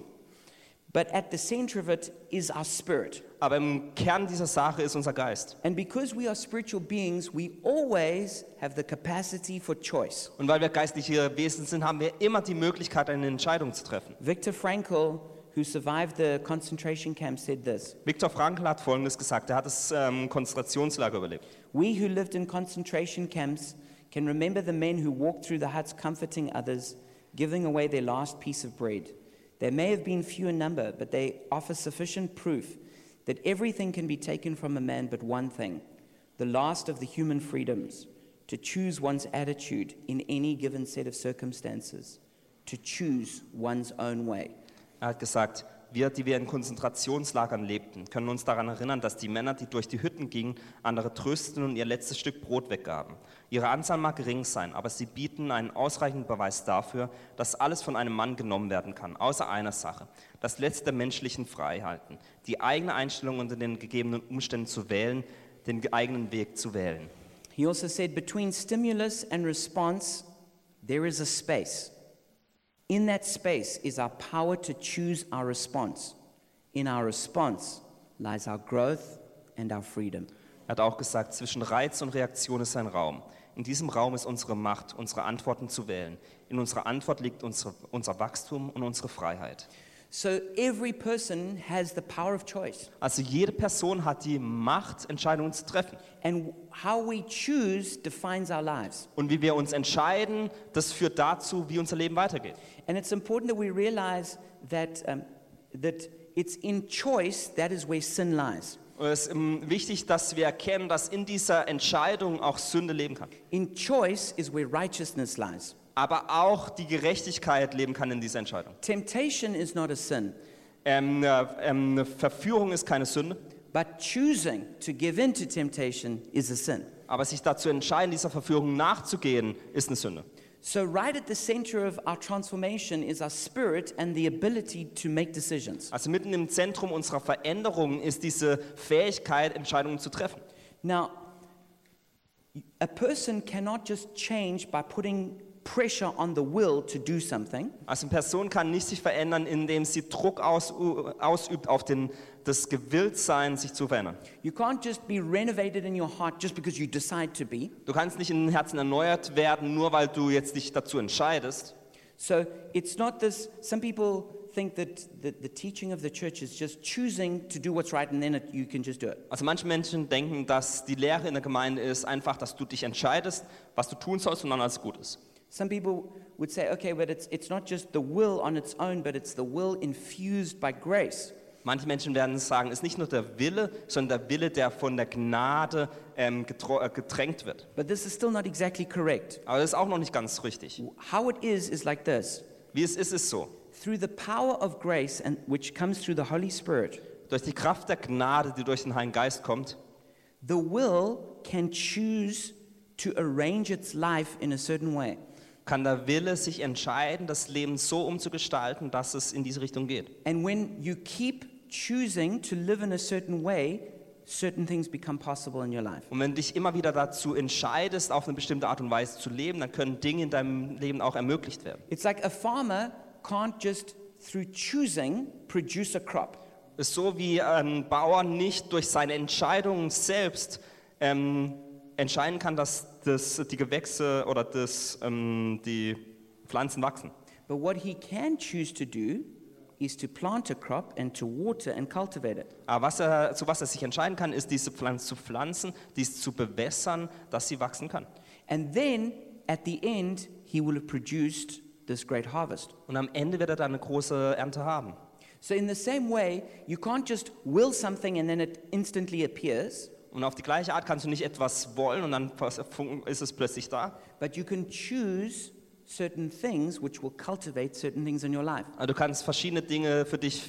But at the center of it is our spirit.
Aber im Kern dieser Sache ist unser Geist.
And because we are spiritual beings, we always have the capacity for choice.
Und weil wir geistliche Wesen sind, haben wir immer die Möglichkeit, eine Entscheidung zu treffen.
Viktor Frankl, who survived the concentration camp, said this
Viktor Frankl hat Folgendes gesagt. Er hat das ähm, Konzentrationslager überlebt.
We who lived in concentration camps can remember the men who walked through the huts comforting others, giving away their last piece of bread. They may have been few in number, but they offer sufficient proof that everything can be taken from a man but one thing the last of the human freedoms, to choose one's attitude in any given set of circumstances, to choose one's own way.
Er hat gesagt, wir, die wir in Konzentrationslagern lebten, können uns daran erinnern, dass die Männer, die durch die Hütten gingen, andere trösten und ihr letztes Stück Brot weggaben. Ihre Anzahl mag gering sein, aber sie bieten einen ausreichenden Beweis dafür, dass alles von einem Mann genommen werden kann, außer einer Sache, das Letzte der menschlichen Freiheiten, die eigene Einstellung unter den gegebenen Umständen zu wählen, den eigenen Weg zu wählen.
He also said, between stimulus and response, there is a space. In that space is our power to choose our response. In our response lies our growth and our freedom.
Er hat auch gesagt, zwischen Reiz und Reaktion ist ein Raum. In diesem Raum ist unsere Macht, unsere Antworten zu wählen. In unserer Antwort liegt unsere, unser Wachstum und unsere Freiheit.
So every person has the power of choice.
Also jede Person hat die Macht, Entscheidungen zu treffen.
And how we choose defines our lives.
Und wie wir uns entscheiden, das führt dazu, wie unser Leben weitergeht.
And it's important that we realize that, um, that it's in choice that is where sin lies.
Und es ist ähm, wichtig, dass wir erkennen, dass in dieser Entscheidung auch Sünde leben kann.
In choice is where righteousness lies.
Aber auch die Gerechtigkeit leben kann in dieser Entscheidung.
Temptation is not a sin.
Ähm, äh, ähm, Verführung ist keine Sünde,
But choosing to give in to temptation is a sin.
aber sich dazu entscheiden, dieser Verführung nachzugehen, ist eine Sünde.
So, right at the center of our transformation is our spirit and the ability to make decisions.
Also mitten im Zentrum unserer Veränderung ist diese Fähigkeit, Entscheidungen zu treffen.
Now, a person cannot just change by putting pressure on the will to do something.
Also eine Person kann nicht sich verändern, indem sie Druck aus, ausübt auf den, das Gewilltsein, sich zu verändern.
You can't just be renovated in your heart just because you decide to be.
Du kannst nicht in den Herzen erneuert werden, nur weil du jetzt dich dazu entscheidest.
So, it's not this. Some people think that the, the teaching of the church is just choosing to do what's right and then it, you can just do it.
Also manche Menschen denken, dass die Lehre in der Gemeinde ist einfach, dass du dich entscheidest, was du tun sollst und dann alles gut ist.
Some people would say, okay, but it's, it's not just the will on its own, but it's the will infused by grace.
Manche Menschen werden sagen, es ist nicht nur der Wille, sondern der Wille, der von der Gnade ähm, getro- äh, getränkt wird.
But this is still not exactly correct.
Aber das ist auch noch nicht ganz richtig.
How it is is like this
Wie es ist, ist so.
through the power of grace, and, which comes through the Holy Spirit,
Durch die Kraft der Gnade, die durch den Heiligen Geist kommt,
the will can choose to arrange its life in a certain way.
kann der Wille sich entscheiden, das Leben so umzugestalten, dass es in diese Richtung geht.
And when you keep choosing to live in a certain way, certain things become possible in your life.
Und wenn du dich immer wieder dazu entscheidest, auf eine bestimmte Art und Weise zu leben, dann können Dinge in deinem Leben auch ermöglicht werden.
It's like a farmer can't just through choosing produce a crop.
Es ist so wie ein Bauer nicht durch seine Entscheidungen selbst ähm, entscheiden kann, dass das, die Gewächse oder das, ähm, die Pflanzen wachsen.
But what he can choose to do is to plant a crop and to water and cultivate it.
Aber was er, zu was er sich entscheiden kann, ist diese Pflanze zu pflanzen, dies zu bewässern, dass sie wachsen kann.
And then at the end, he will have produced this great harvest.
Und am Ende wird er dann eine große Ernte haben.
So, in the same way, you can't just will something and then it instantly appears,
Und auf die gleiche Art kannst du nicht etwas wollen und dann pass- ist es plötzlich da.
but you can choose certain things which will cultivate certain things in your life.
Also du kannst verschiedene Dinge für dich,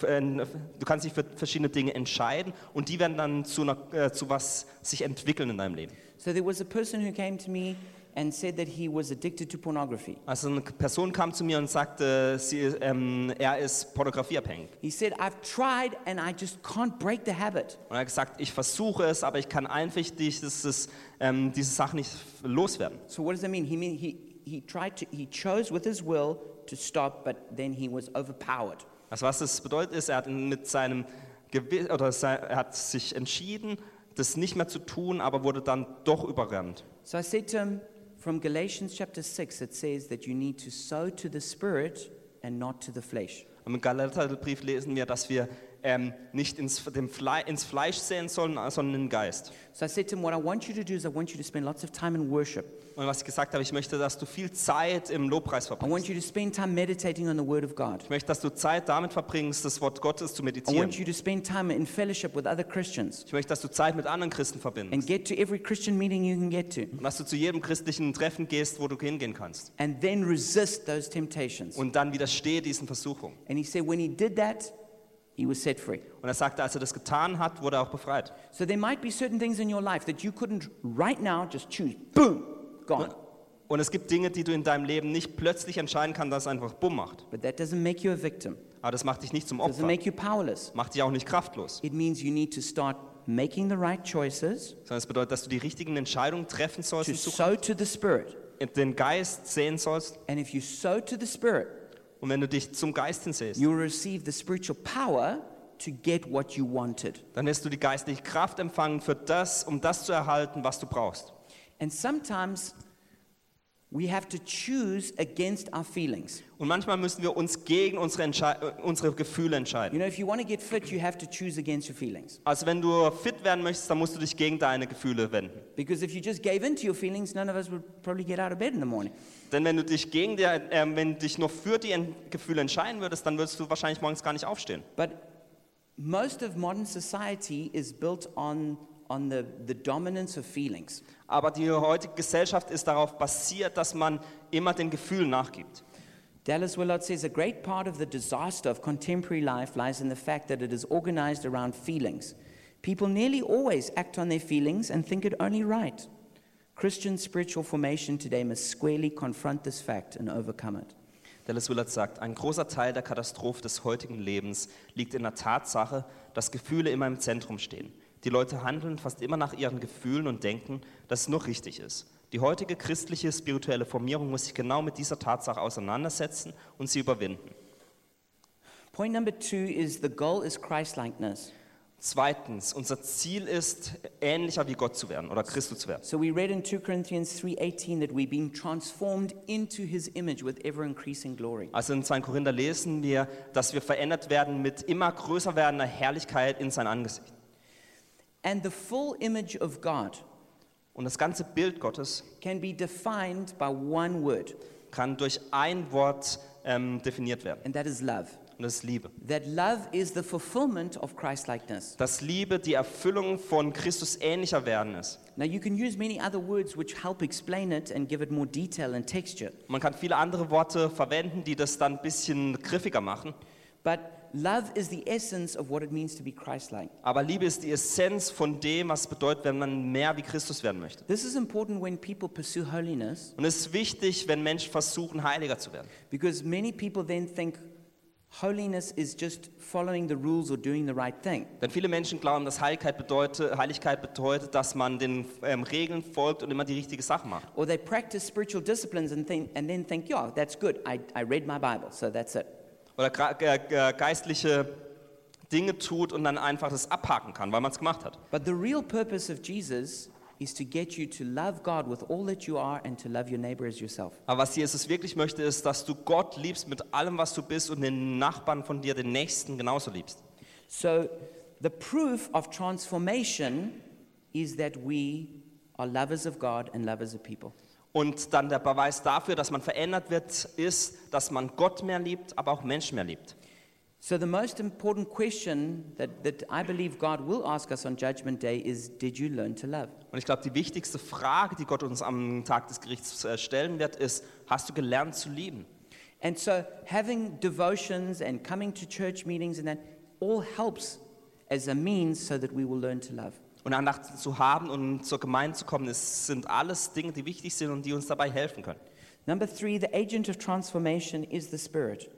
f- äh, du kannst dich für verschiedene Dinge entscheiden und die werden dann zu, einer, äh, zu was sich entwickeln in deinem Leben.
So, there was a person who came to me and said that he was addicted to pornography.
Also eine Person kam zu mir und sagte, sie, ähm, er ist pornografieabhängig.
He said, I've tried and I just can't break the habit.
Und er hat gesagt, ich versuche es, aber ich kann einfach dieses, ähm, diese Sache nicht loswerden.
So what does that mean? He mean he he tried to he chose with his will to stop, but then he was overpowered.
Also was es bedeutet ist, er hat mit seinem Gewissen, oder sei- er hat sich entschieden, das nicht mehr zu tun, aber wurde dann doch überrannt.
So I said to him from Galatians chapter six, it says that you need to sow to the spirit and not to the flesh.
Und Im Galaterbrief lesen wir, dass wir ähm, nicht ins, dem Fle ins Fleisch sehen sollen, sondern im Geist.
So I said to him, what I want you to do is I want you to spend lots of time in worship.
Und was ich gesagt habe, ich möchte, dass du viel Zeit im Lobpreis
I want
verbringst.
you to spend time meditating on the Word of God.
Ich möchte, dass du Zeit damit verbringst, das Wort Gottes zu
I
meditieren.
want you to spend time in fellowship with other Christians
Ich möchte, dass du Zeit mit anderen Christen verbindest.
and get to every Christian meeting you can get to,
Und dass du zu jedem christlichen Treffen gehst, wo du hingehen kannst.
and then resist those temptations.
Und dann widerstehe diesen Versuchungen.
And he said, when he did that, he was set free.
Und er sagte, als er das getan hat, wurde er auch befreit.
So there might be certain things in your life that you couldn't right now just choose. Boom, gone.
Und es gibt Dinge, die du in deinem Leben nicht plötzlich entscheiden kannst, dass es einfach bumm macht.
But that doesn't make you a victim.
Aber das macht dich nicht zum
Doesn't
Opfer,
make you powerless.
macht dich auch nicht kraftlos.
It means you need to start making the right choices
Sondern es bedeutet, dass du die richtigen Entscheidungen treffen sollst,
to
und zu-
sow to the spirit.
den Geist sehen sollst.
And if you sow to the spirit,
Und wenn du dich zum Geist hinsehst,
you will receive the spiritual power to get what you wanted.
dann wirst du die geistliche Kraft empfangen für das, um das zu erhalten, was du brauchst.
And sometimes we have to choose against our feelings.
Und manchmal müssen wir uns gegen unsere, Entschei- äh, unsere Gefühle entscheiden.
You know, if you want to get fit, you have to choose against your feelings.
Also wenn du fit werden möchtest, dann musst du dich gegen deine Gefühle wenden.
Because if you just gave in to your feelings, none of us would probably get out of bed in the morning.
Denn wenn du dich gegen die, äh, wenn du dich nur für die Ent Gefühle entscheiden würdest, dann würdest du wahrscheinlich morgens gar nicht aufstehen.
But most of modern society is built on, on the, the dominance of feelings.
Aber die heutige Gesellschaft ist darauf basiert, dass man immer den Gefühlen nachgibt.
Dallas Willard says a great part of the disaster of contemporary life lies in the fact that it is organized around feelings. People nearly always act on their feelings and think it only right. Christian spiritual formation today must squarely confront this fact and overcome it.
Dallas Willard sagt, ein großer Teil der Katastrophe des heutigen Lebens liegt in der Tatsache, dass Gefühle immer im Zentrum stehen. Die Leute handeln fast immer nach ihren Gefühlen und denken, dass es nur richtig ist. Die heutige christliche spirituelle Formierung muss sich genau mit dieser Tatsache auseinandersetzen und sie überwinden.
Point number two is the goal is Christ likeness.
Zweitens, unser Ziel ist, ähnlicher wie Gott zu werden oder Christus zu werden.
So we read in 2 Corinthians 3:18 that we've been transformed into his image with ever increasing glory.
Also in 2. Korinther lesen wir, dass wir verändert werden mit immer größer werdender Herrlichkeit in sein Angesicht.
And the full image of God
Und das ganze Bild Gottes
can be defined by one word,
kann durch ein Wort ähm, definiert werden.
and that is love.
Und das ist Liebe.
That love is the fulfillment of Christ likeness.
Dass Liebe die Erfüllung von Christus ähnlicher werden ist.
Now you can use many other words which help explain it and give it more detail and texture.
Man kann viele andere Worte verwenden, die das dann ein bisschen griffiger machen.
But love is the essence of what it means to be Christ like.
Aber Liebe ist die Essenz von dem, was bedeutet, wenn man mehr wie Christus werden möchte.
This is important when people pursue holiness
Und es ist wichtig, wenn Menschen versuchen, heiliger zu werden.
because many people then think holiness is just following the rules or doing the right thing.
Denn viele Menschen glauben, dass Heiligkeit bedeutet, Heiligkeit bedeutet dass man den ähm, Regeln folgt und immer die richtige Sache macht.
Or they practice spiritual disciplines and, think, and then think, yeah, that's good. I, I read my Bible, so that's it.
Oder gra- ge- ge- geistliche Dinge tut und dann einfach das abhaken kann, weil man es gemacht hat.
But the real purpose of Jesus is to get you to love God with all that you are and to love your neighbor as yourself.
Aber was Jesus wirklich möchte, ist, dass du Gott liebst mit allem, was du bist und den Nachbarn von dir, den Nächsten genauso liebst.
So the proof of transformation is that we are lovers of God and lovers of people.
Und dann der Beweis dafür, dass man verändert wird, ist, dass man Gott mehr liebt, aber auch Menschen mehr liebt.
So the most important question that, that I believe God will ask us on Judgment Day is Did you learn to love?
Und ich glaube, die wichtigste Frage, die Gott uns am Tag des Gerichts äh, stellen wird, ist, hast du gelernt zu lieben?
And so having devotions and coming to church meetings and that all helps as a means so that we will learn to love.
Und Andachten zu haben und zur Gemeinde zu kommen, das sind alles Dinge, die wichtig sind und die uns dabei helfen können.
Number three, the agent of transformation is the Spirit.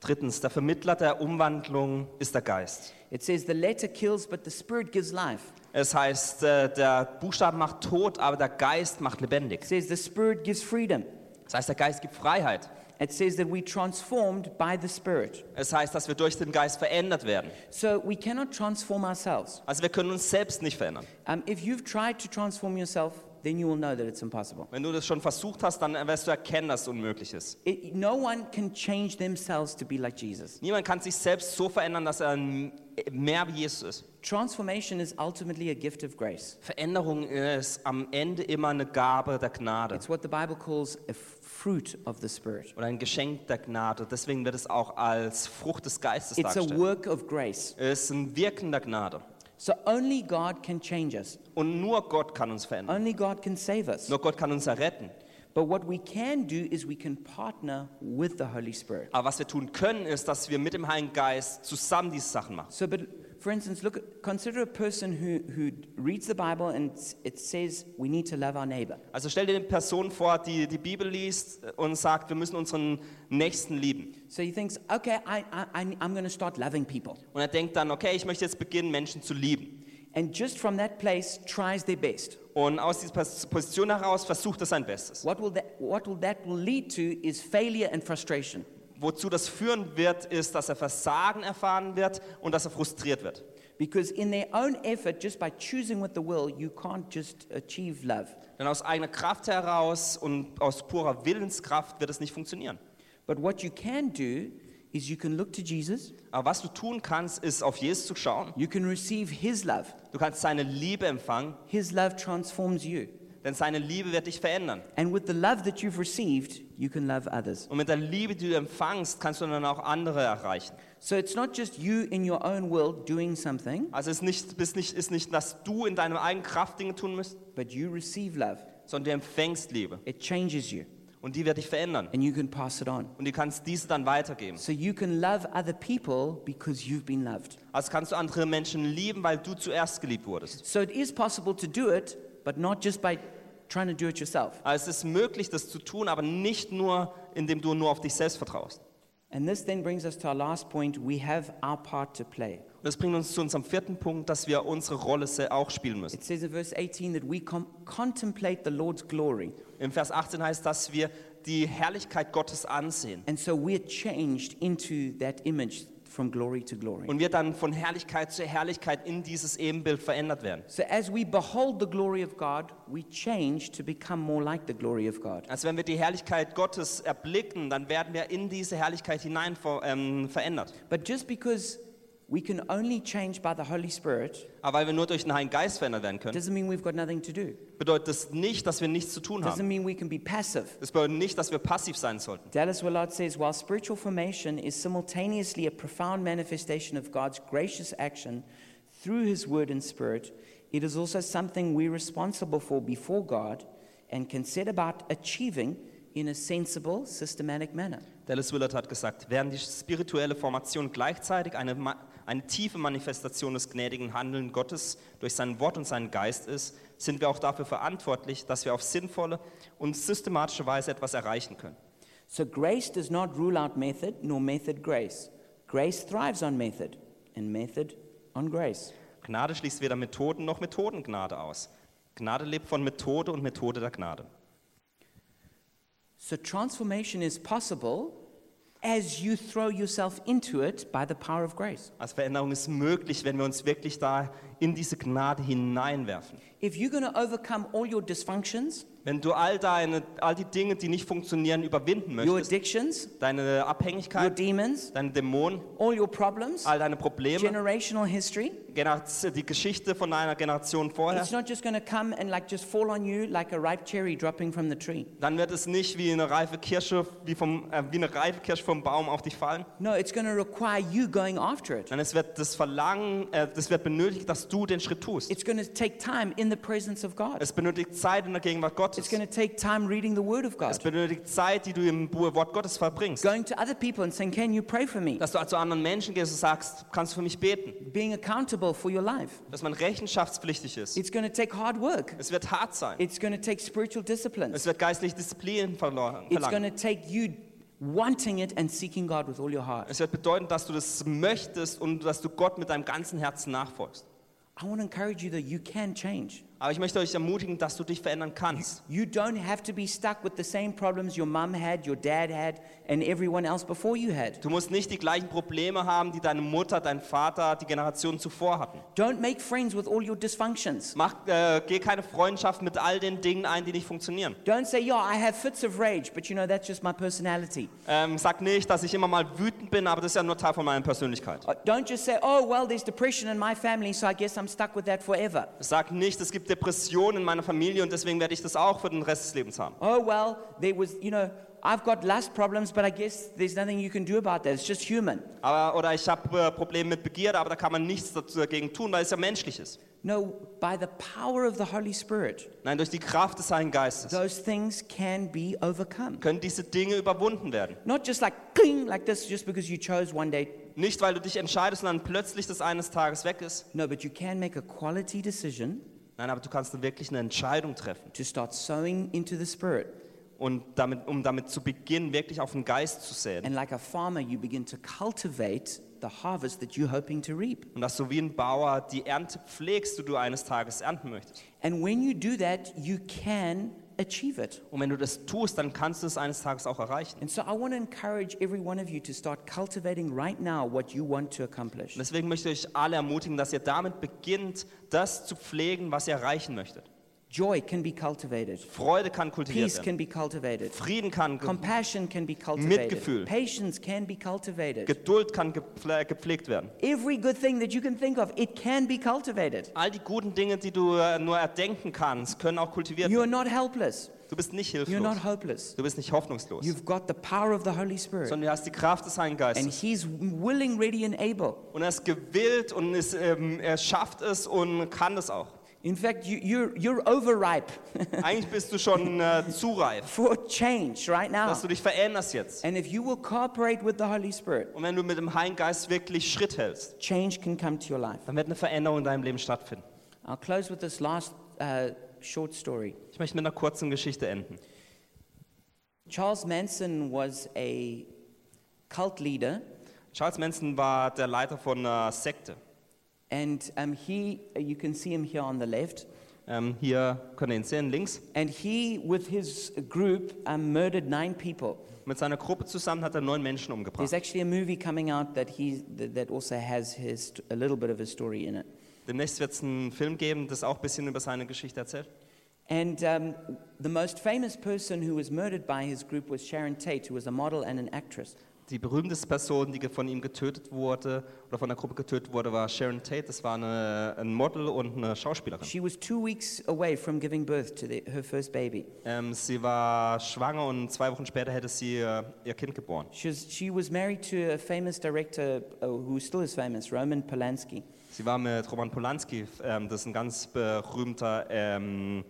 Drittens, der Vermittler der Umwandlung ist der Geist.
It says the letter kills, but the Spirit gives life.
Es heißt, äh, der Buchstabe macht tot, aber der Geist macht
It
lebendig.
says the Spirit gives freedom.
Das heißt, der Geist gibt Freiheit.
It says that we transformed by the Spirit.
Es heißt, dass wir durch den Geist verändert werden.
So we cannot transform ourselves.
Also wir können uns selbst nicht verändern.
Um, if you've tried to transform yourself, then you will know that it's impossible.
Wenn du das schon versucht hast, dann wirst du erkennen, dass es unmöglich ist.
It, no one can change themselves to be like Jesus.
Niemand kann sich selbst so verändern, dass er mehr wie Jesus ist.
Transformation is ultimately a gift of grace.
Veränderung ist am Ende immer eine Gabe der Gnade
It's what the Bible calls a f- fruit of the Spirit.
oder ein Geschenk der Gnade. Deswegen wird es auch als Frucht des Geistes
It's a
dargestellt.
work of grace.
Es ist ein Wirken der Gnade.
So only God can change us.
Und nur Gott kann uns verändern.
Only God can save us.
Nur Gott kann uns erretten.
But what we can do is we can partner with the Holy Spirit.
Aber was wir tun können, ist, dass wir mit dem Heiligen Geist zusammen diese Sachen machen.
So, but for instance, look, at- consider a person who, who reads the Bible and s- it says we need to love our neighbor.
Also stell dir eine Person vor, die die Bibel liest und sagt, wir müssen unseren Nächsten lieben.
So he thinks, okay, I, I, I- I'm going to start loving people.
Und er denkt dann, okay, ich möchte jetzt beginnen, Menschen zu lieben.
And just from that place, tries their best.
Und aus dieser Pos- Position heraus versucht er sein Bestes.
What will that, what will that will lead to is failure and frustration.
Wozu das führen wird, ist, dass er Versagen erfahren wird und dass er frustriert wird.
Because in their own effort, just by choosing with the will, you can't just achieve love.
Denn aus eigener Kraft heraus und aus purer Willenskraft wird es nicht funktionieren.
But what you can do is you can look to Jesus,
Aber was du tun kannst, ist auf Jesus zu schauen.
you can receive his love.
Du kannst seine Liebe empfangen,
His love transforms you.
denn seine Liebe wird dich verändern.
And with the love that you've received, you can love others.
Und mit der Liebe, die du empfangst, kannst du dann auch andere erreichen.
So it's not just you in your own will doing something,
Also es ist nicht, bist nicht, ist nicht, dass du in deiner eigenen Kraft Dinge tun musst,
but you receive love.
sondern du empfängst Liebe.
It changes you,
Und die wird dich verändern.
and you can pass it on.
Und du kannst diese dann weitergeben.
So you can love other people because you've been loved.
Also kannst du andere Menschen lieben, weil du zuerst geliebt wurdest.
So it is possible to do it, but not just by trying to do it yourself.
Also Es ist möglich, das zu tun, aber nicht nur, indem du nur auf dich selbst vertraust.
And this then brings us to our last point we have our part to play.
Und das bringt uns zu unserem vierten Punkt, dass wir unsere Rolle se- auch spielen müssen.
It says in verse 18 that we com- contemplate the Lord's glory.
Im Vers 18 heißt, dass wir die Herrlichkeit Gottes ansehen.
And so we're changed into that image from glory to glory.
Und wir dann von Herrlichkeit zu Herrlichkeit in dieses Ebenbild verändert werden.
So as we behold the glory of God, we change to become more like the glory of God.
Als Also wenn wir die Herrlichkeit Gottes erblicken, dann werden wir in diese Herrlichkeit hinein ver ähm, verändert.
But just because we can only change by the Holy Spirit
Aber weil wir nur durch den Heiligen Geist verändert werden können,
doesn't mean we've got nothing to do.
bedeutet das nicht, dass wir nichts zu tun haben.
Doesn't mean we can be passive.
Das bedeutet nicht, dass wir passiv sein sollten.
Dallas Willard says while spiritual formation is simultaneously a profound manifestation of God's gracious action through his word and spirit, it is also something we're responsible for before God and can set about achieving in a sensible, systematic manner.
Dallas Willard hat gesagt, während die spirituelle Formation gleichzeitig eine, Ma eine tiefe Manifestation des gnädigen Handeln Gottes durch sein Wort und seinen Geist ist, sind wir auch dafür verantwortlich, dass wir auf sinnvolle und systematische Weise etwas erreichen können.
So grace does not rule out method nor method grace. Grace thrives on method and method on grace.
Gnade schließt weder Methoden noch Methodengnade aus. Gnade lebt von Methode und Methode der Gnade.
So transformation is possible as you throw yourself into it by the power of grace.
Also Veränderung ist möglich, wenn wir uns wirklich da in diese Gnade hineinwerfen.
If you're going to overcome all your dysfunctions,
Wenn du all deine, all die Dinge, die nicht funktionieren, überwinden
your
möchtest,
addictions,
deine
your
Abhängigkeit,
demons,
deine Dämonen,
all your problems,
all deine Probleme,
generational history,
Generaz- die Geschichte von einer Generation vorher,
it's not just going to come and like just fall on you like a ripe cherry dropping from the tree.
dann wird es nicht wie eine reife Kirsche, wie, vom, äh, wie eine reife Kirsche vom Baum auf dich fallen.
No, it's going to require you going after it.
Dann es wird das Verlangen, äh, das wird benötigt, dass du den Schritt tust.
It's going to take time in the presence of God.
Es benötigt Zeit in der Gegenwart
It's
Gottes.
going to take time reading the Word of
Es
God,
benötigt Zeit, die du im Bu- Wort Gottes verbringst.
going to other people and saying, Can you pray for me?
Dass du zu anderen Menschen gehst und sagst, kannst du für mich beten?
Being accountable for your life.
Dass man rechenschaftspflichtig ist.
It's going to take hard work.
Es wird hart sein.
It's going to take spiritual disciplines.
Es wird geistliche Disziplin verlo-
It's going
verlangen.
to take you wanting it and seeking God with all your heart.
Es wird bedeuten, dass du das möchtest und dass du Gott mit deinem ganzen Herzen nachfolgst.
I want to encourage you that you can change.
Aber ich möchte euch ermutigen, dass du dich verändern kannst.
You don't have to be stuck with the same problems your mum had, your dad had, and everyone else before you had.
Du musst nicht die gleichen Probleme haben, die deine Mutter, dein Vater, die Generation zuvor hatten.
Don't make friends with all your dysfunctions.
Mach, äh, geh keine Freundschaft mit all den Dingen ein, die nicht funktionieren.
Don't say, yeah, I have fits of rage, but you know, that's just my personality.
Ähm, sag nicht, dass ich immer mal wütend bin, aber das ist ja nur Teil von meiner Persönlichkeit.
Uh, Don't just say, oh, well, there's depression in my family, so I guess I'm stuck with that forever.
Sag nicht, es gibt Depressionen in meiner Familie und deswegen werde ich das auch für den Rest des Lebens haben.
Oh, well, there was, you know, I've got lust problems, but I guess there's nothing you can do about that. It's just human.
Aber, oder ich habe äh, Probleme mit Begierde, aber da kann man nichts dazu dagegen tun, weil es ja menschlich ist.
No, by the power of the Holy Spirit,
Nein, durch die Kraft des Heiligen Geistes
those things can be overcome.
können diese Dinge überwunden werden.
Not just like cling like this, just because you chose one day.
Nicht, weil du dich entscheidest und dann plötzlich das eines Tages weg ist.
No, but you can make a quality decision
Nein, aber du kannst dann wirklich eine Entscheidung treffen.
to start sowing into the Spirit.
Und damit, um damit zu beginnen, wirklich auf den Geist zu säen.
And like a farmer, you begin to cultivate the harvest that you're hoping to reap.
Und dass du wie ein Bauer die Ernte pflegst, die du eines Tages ernten möchtest.
And when you do that, you can achieve it.
Und wenn du das tust, dann kannst du es eines Tages auch erreichen.
And so I want to encourage every one of you to start cultivating right now what you want to accomplish.
Und deswegen möchte ich euch alle ermutigen, dass ihr damit beginnt, das zu pflegen, was ihr erreichen möchtet.
Joy can be cultivated,
Freude kann kultiviert
peace can
werden.
be cultivated,
Frieden kann, ge
compassion can be cultivated,
Mitgefühl.
patience can be cultivated.
Geduld kann gepfle gepflegt werden.
Every good thing that you can think of, it can be cultivated.
All die guten Dinge, die du äh, nur erdenken kannst, können auch kultiviert
You
werden.
are not helpless,
Du bist nicht
you're not
hilflos.
hopeless.
Du bist nicht hoffnungslos,
You've got the power of the Holy Spirit,
sondern du hast die Kraft des Heiligen
and
Geistes.
He's willing, ready, and able.
Und er ist gewillt und ist, ähm, er schafft es und kann es auch.
In fact, you, you're, you're overripe
Eigentlich bist du schon äh, zu reif,
for change right now.
dass du dich veränderst jetzt.
And if you will cooperate with the Holy Spirit,
Und wenn du mit dem Heiligen Geist wirklich Schritt hältst,
change can come to your life.
dann wird eine Veränderung in deinem Leben stattfinden.
I'll close with this last uh, short story.
Ich möchte mit einer kurzen Geschichte enden.
Charles Manson was a cult leader,
Charles Manson war der Leiter von einer Sekte.
and um, he, you can see him here on the left,
Ähm, hier könnt ihr ihn sehen, links.
and he, with his group, um, murdered nine people.
Mit seiner Gruppe zusammen hat er neun Menschen
There's
umgebracht.
actually a movie coming out that, he, that that also has his, a little bit of his story in it.
Demnächst wird es einen Film geben, das auch ein bisschen über seine Geschichte erzählt.
And um, the most famous person who was murdered by his group was Sharon Tate, who was a model and an actress.
Die berühmteste Person, die ge- von ihm getötet wurde oder von der Gruppe getötet wurde, war Sharon Tate. Das war eine, ein Model und eine Schauspielerin.
She was two weeks away from giving birth to the, her first baby.
Ähm, sie war schwanger und zwei Wochen später hätte sie äh, ihr Kind geboren.
She was, she was married to a famous director uh, who still is famous, Roman Polanski.
Sie war mit Roman Polanski, f- ähm, das ist ein ganz berühmter ähm,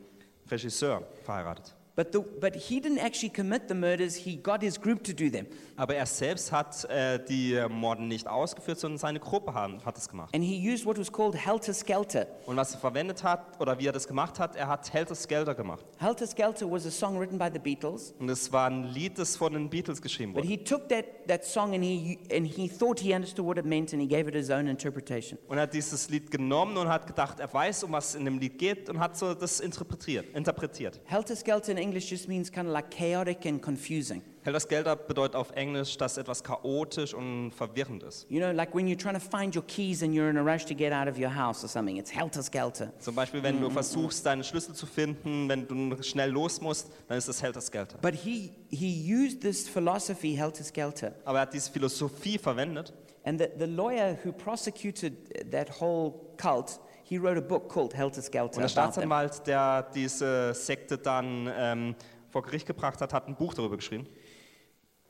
Regisseur, verheiratet.
But, the, but he didn't actually commit the murders, he got his group to do them.
Aber er selbst hat äh, die äh, Morden nicht ausgeführt, sondern seine Gruppe haben, hat es gemacht.
And he used what was called helter skelter.
Und was er verwendet hat oder wie er das gemacht hat, er hat Helter Skelter gemacht.
Helter skelter was a song written by the Beatles.
Und es war ein Lied, das von den Beatles geschrieben
But
wurde.
he took that, that song and he, and he thought he understood what it meant and he gave it his own interpretation.
Und er hat dieses Lied genommen und hat gedacht, er weiß, um was es in dem Lied geht und hat so das interpretiert. interpretiert.
Helter skelter in English just means kind of like chaotic and confusing.
Helter Skelter bedeutet auf Englisch, dass etwas chaotisch und verwirrend ist.
You know, like when you're trying to find your keys and you're in a rush to get out of your house or something, it's helter skelter.
Zum Beispiel, wenn du versuchst, deinen Schlüssel zu finden, wenn du schnell los musst, dann ist das Helter Skelter.
But he, he used this philosophy, helter skelter.
Aber er hat diese Philosophie verwendet
And the, the lawyer who prosecuted that whole cult, he wrote a book called Helter Skelter.
und der
about them.
Staatsanwalt, der diese Sekte dann ähm, vor Gericht gebracht hat, hat ein Buch darüber geschrieben.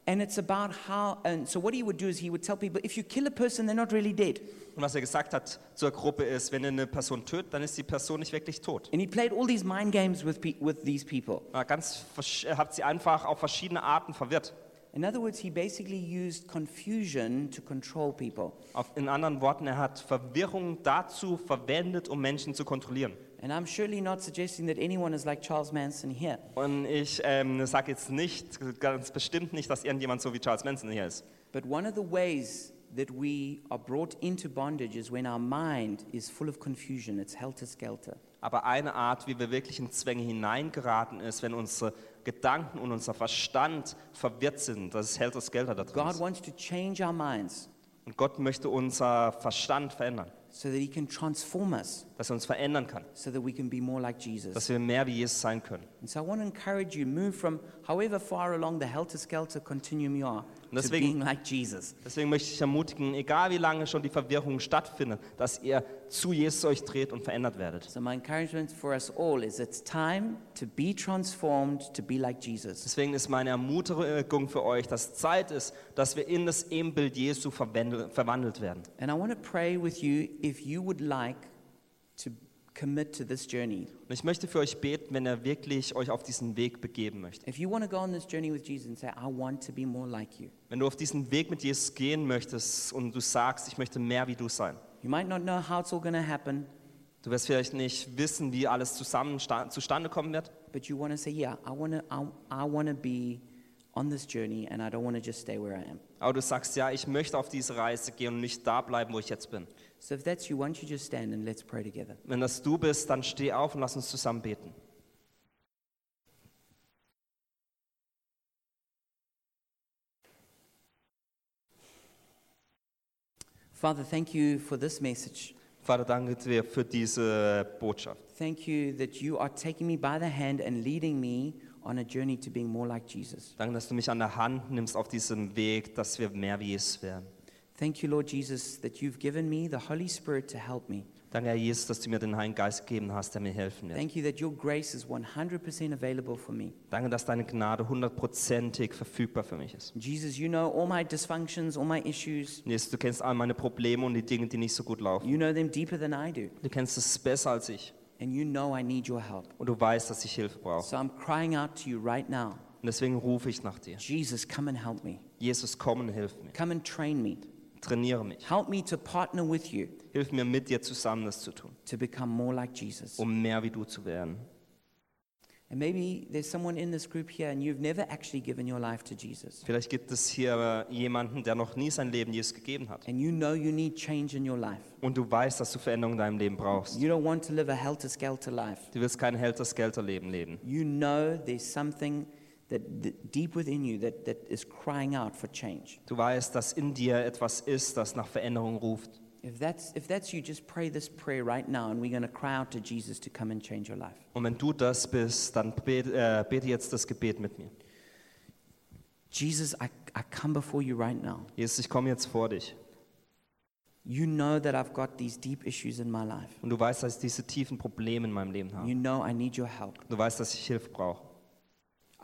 And it's about how, and so what he would do is he would tell people if you kill a person, they're not really dead.
Und was er gesagt hat zur Gruppe ist, wenn ihr eine Person tötet, dann ist die Person nicht wirklich tot.
And he played all these mind games with, pe- with these people.
Er hat ganz, versch- er hat sie einfach auf verschiedene Arten verwirrt.
In other words, he basically used confusion to control people.
Auf, in anderen Worten, er hat Verwirrung dazu verwendet, um Menschen zu kontrollieren.
And I'm surely not suggesting that anyone is like Charles Manson here.
Und ich ähm, sage jetzt nicht, ganz bestimmt nicht, dass irgendjemand so wie Charles Manson hier ist.
But one of the ways that we are brought into bondage is when our mind is full of confusion, it's helter skelter.
Aber eine Art, wie wir wirklich in Zwänge hineingeraten ist, wenn unsere Gedanken und unser Verstand verwirrt sind, das ist Helter Skelter da drin.
God
Ist.
wants to change our minds
Und Gott möchte unser Verstand verändern,
so that He can transform us,
dass er uns verändern kann,
so that we can be more like Jesus.
dass wir mehr wie Jesus sein können.
And so I want to encourage you move from however far along the helter skelter continuum you are to
Deswegen-
being like Jesus.
Deswegen möchte ich ermutigen, egal wie lange schon die Verwirrung stattfindet, dass ihr zu Jesus euch dreht und verändert werdet.
So my encouragement for us all is it's time to be transformed to be like Jesus.
Deswegen ist meine Ermutigung für euch, dass Zeit ist, dass wir in das Ebenbild Jesu verwendel- verwandelt werden.
And I want to pray with you if you would like to commit to this journey.
Und ich möchte für euch beten, wenn ihr wirklich euch auf diesen Weg begeben möchtet.
If you want to go on this journey with Jesus and say, I want to be more like you,
Wenn du auf diesen Weg mit Jesus gehen möchtest und du sagst, ich möchte mehr wie du sein.
you might not know how it's all going to happen,
Du wirst vielleicht nicht wissen, wie alles zusammen sta- zustande kommen wird,
But you want to say, yeah, I want to, I, I want to be on this journey and I don't want to just stay where I am.
aber du sagst, ja, ich möchte auf diese Reise gehen und nicht da bleiben, wo ich jetzt bin.
So if that's you, why don't you just stand and let's pray together.
Wenn das du bist, dann steh auf und lass uns zusammen beten.
Father, thank you for this message.
Vater, danke dir für diese Botschaft.
Thank you that you are taking me by the hand and leading me on a journey to being more like Jesus.
Danke, dass du mich an der Hand nimmst auf diesem Weg, dass wir mehr wie Jesus werden.
Thank you, Lord Jesus, that you've given me the Holy Spirit to help me.
Danke, Herr Jesus, dass du mir den Heiligen Geist gegeben hast, der mir helfen wird.
Thank you that your grace is 100% available for me.
Danke, dass deine Gnade hundertprozentig verfügbar für mich ist.
Jesus, you know all my dysfunctions, all my issues.
Jesus, du kennst all meine Probleme und die Dinge, die nicht so gut laufen.
You know them deeper than I do.
Du kennst es besser als ich
And you know I need your help.
und du weißt, dass ich Hilfe brauche.
So I'm crying out to you right now.
Und deswegen rufe ich nach dir.
Jesus, come and help me.
Jesus, komm und hilf mir.
Come and train me.
Trainiere mich.
Help me to partner with you
Hilf mir mit dir zusammen, das zu tun,
to become more like Jesus.
um mehr wie du zu werden.
And maybe there's someone in this group here and you've never actually given your life to Jesus.
Vielleicht gibt es hier jemanden, der noch nie sein Leben Jesus gegeben hat.
And you know you need change in your life.
Und du weißt, dass du Veränderung in deinem Leben brauchst.
You don't want to live a helter skelter life.
Du willst kein Helter-Skelter-Leben leben.
You know there's something that, that deep within you that, that is crying out for change.
Du weißt, dass in dir etwas ist, das nach Veränderung ruft.
If that's, if that's you, just pray this prayer right now, and we're going to cry out to Jesus to come and change your life.
Und wenn du das bist, dann bete, äh, bete jetzt das Gebet mit mir.
Jesus, I, I come before you right now.
Jesus, ich komme jetzt vor dich.
You know that I've got these deep issues in my life.
Und du weißt, dass ich diese tiefen Probleme in meinem Leben habe.
You know I need your help.
Du weißt, dass ich Hilfe brauche.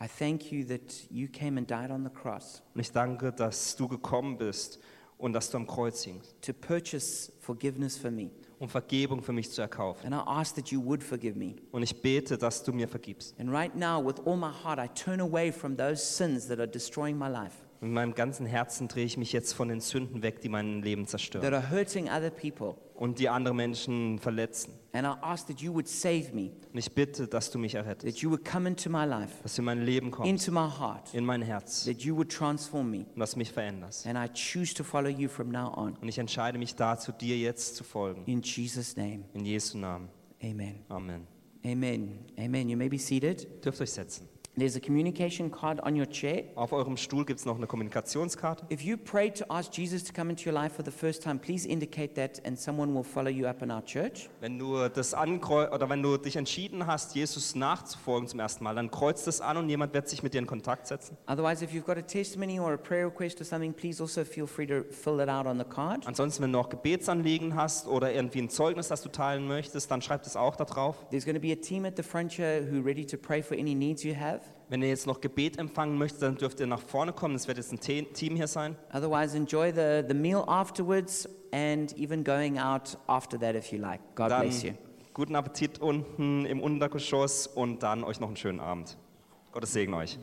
I thank you that you came and died on the cross
Und ich danke, dass du gekommen bist und dass du am Kreuz hingst,
to purchase forgiveness for me.
um Vergebung für mich zu erkaufen.
And I ask that you would forgive me.
Und ich bete, dass du mir vergibst.
And right now, with all my heart, I turn away from those sins that are destroying my life,
Mit meinem ganzen Herzen drehe ich mich jetzt von den Sünden weg, die mein Leben zerstören
that are hurting other people.
und die andere Menschen verletzen.
And I ask that you would save me,
Und ich bitte, dass du mich errettest,
that you would come into my life,
dass du in mein Leben kommst,
into my heart,
in mein Herz
that you would transform me.
und dass du mich veränderst.
And I choose to follow you from now on.
Und ich entscheide mich dazu, dir jetzt zu folgen.
In Jesus' name,
In Jesu Namen.
amen.
Amen.
Amen. Amen. You may be seated.
Dürft euch setzen.
There's a communication card on your chair.
Auf eurem Stuhl gibt es noch eine Kommunikationskarte.
If you prayed to ask Jesus to come into your life for the first time, please indicate that and someone will follow you up in our church.
Wenn du das ankreu oder wenn du dich entschieden hast, Jesus nachzufolgen zum ersten Mal, dann kreuzt das an und jemand wird sich mit dir in Kontakt setzen.
Otherwise, if you've got a testimony or a prayer request or something, please also feel free to fill it out on the card.
Ansonsten, wenn du noch Gebetsanliegen hast oder irgendwie ein Zeugnis, das du teilen möchtest, dann schreib das auch da drauf.
There's going to be a team at the front here who are ready to pray for any needs you have.
Wenn ihr jetzt noch Gebet empfangen möchtet, dann dürft ihr nach vorne kommen. Es wird jetzt ein Te Team hier sein.
Otherwise, enjoy the, the meal afterwards and even going out after that if you like. God
Dann
bless you.
guten Appetit unten im Untergeschoss und dann euch noch einen schönen Abend. Gottes Segen euch.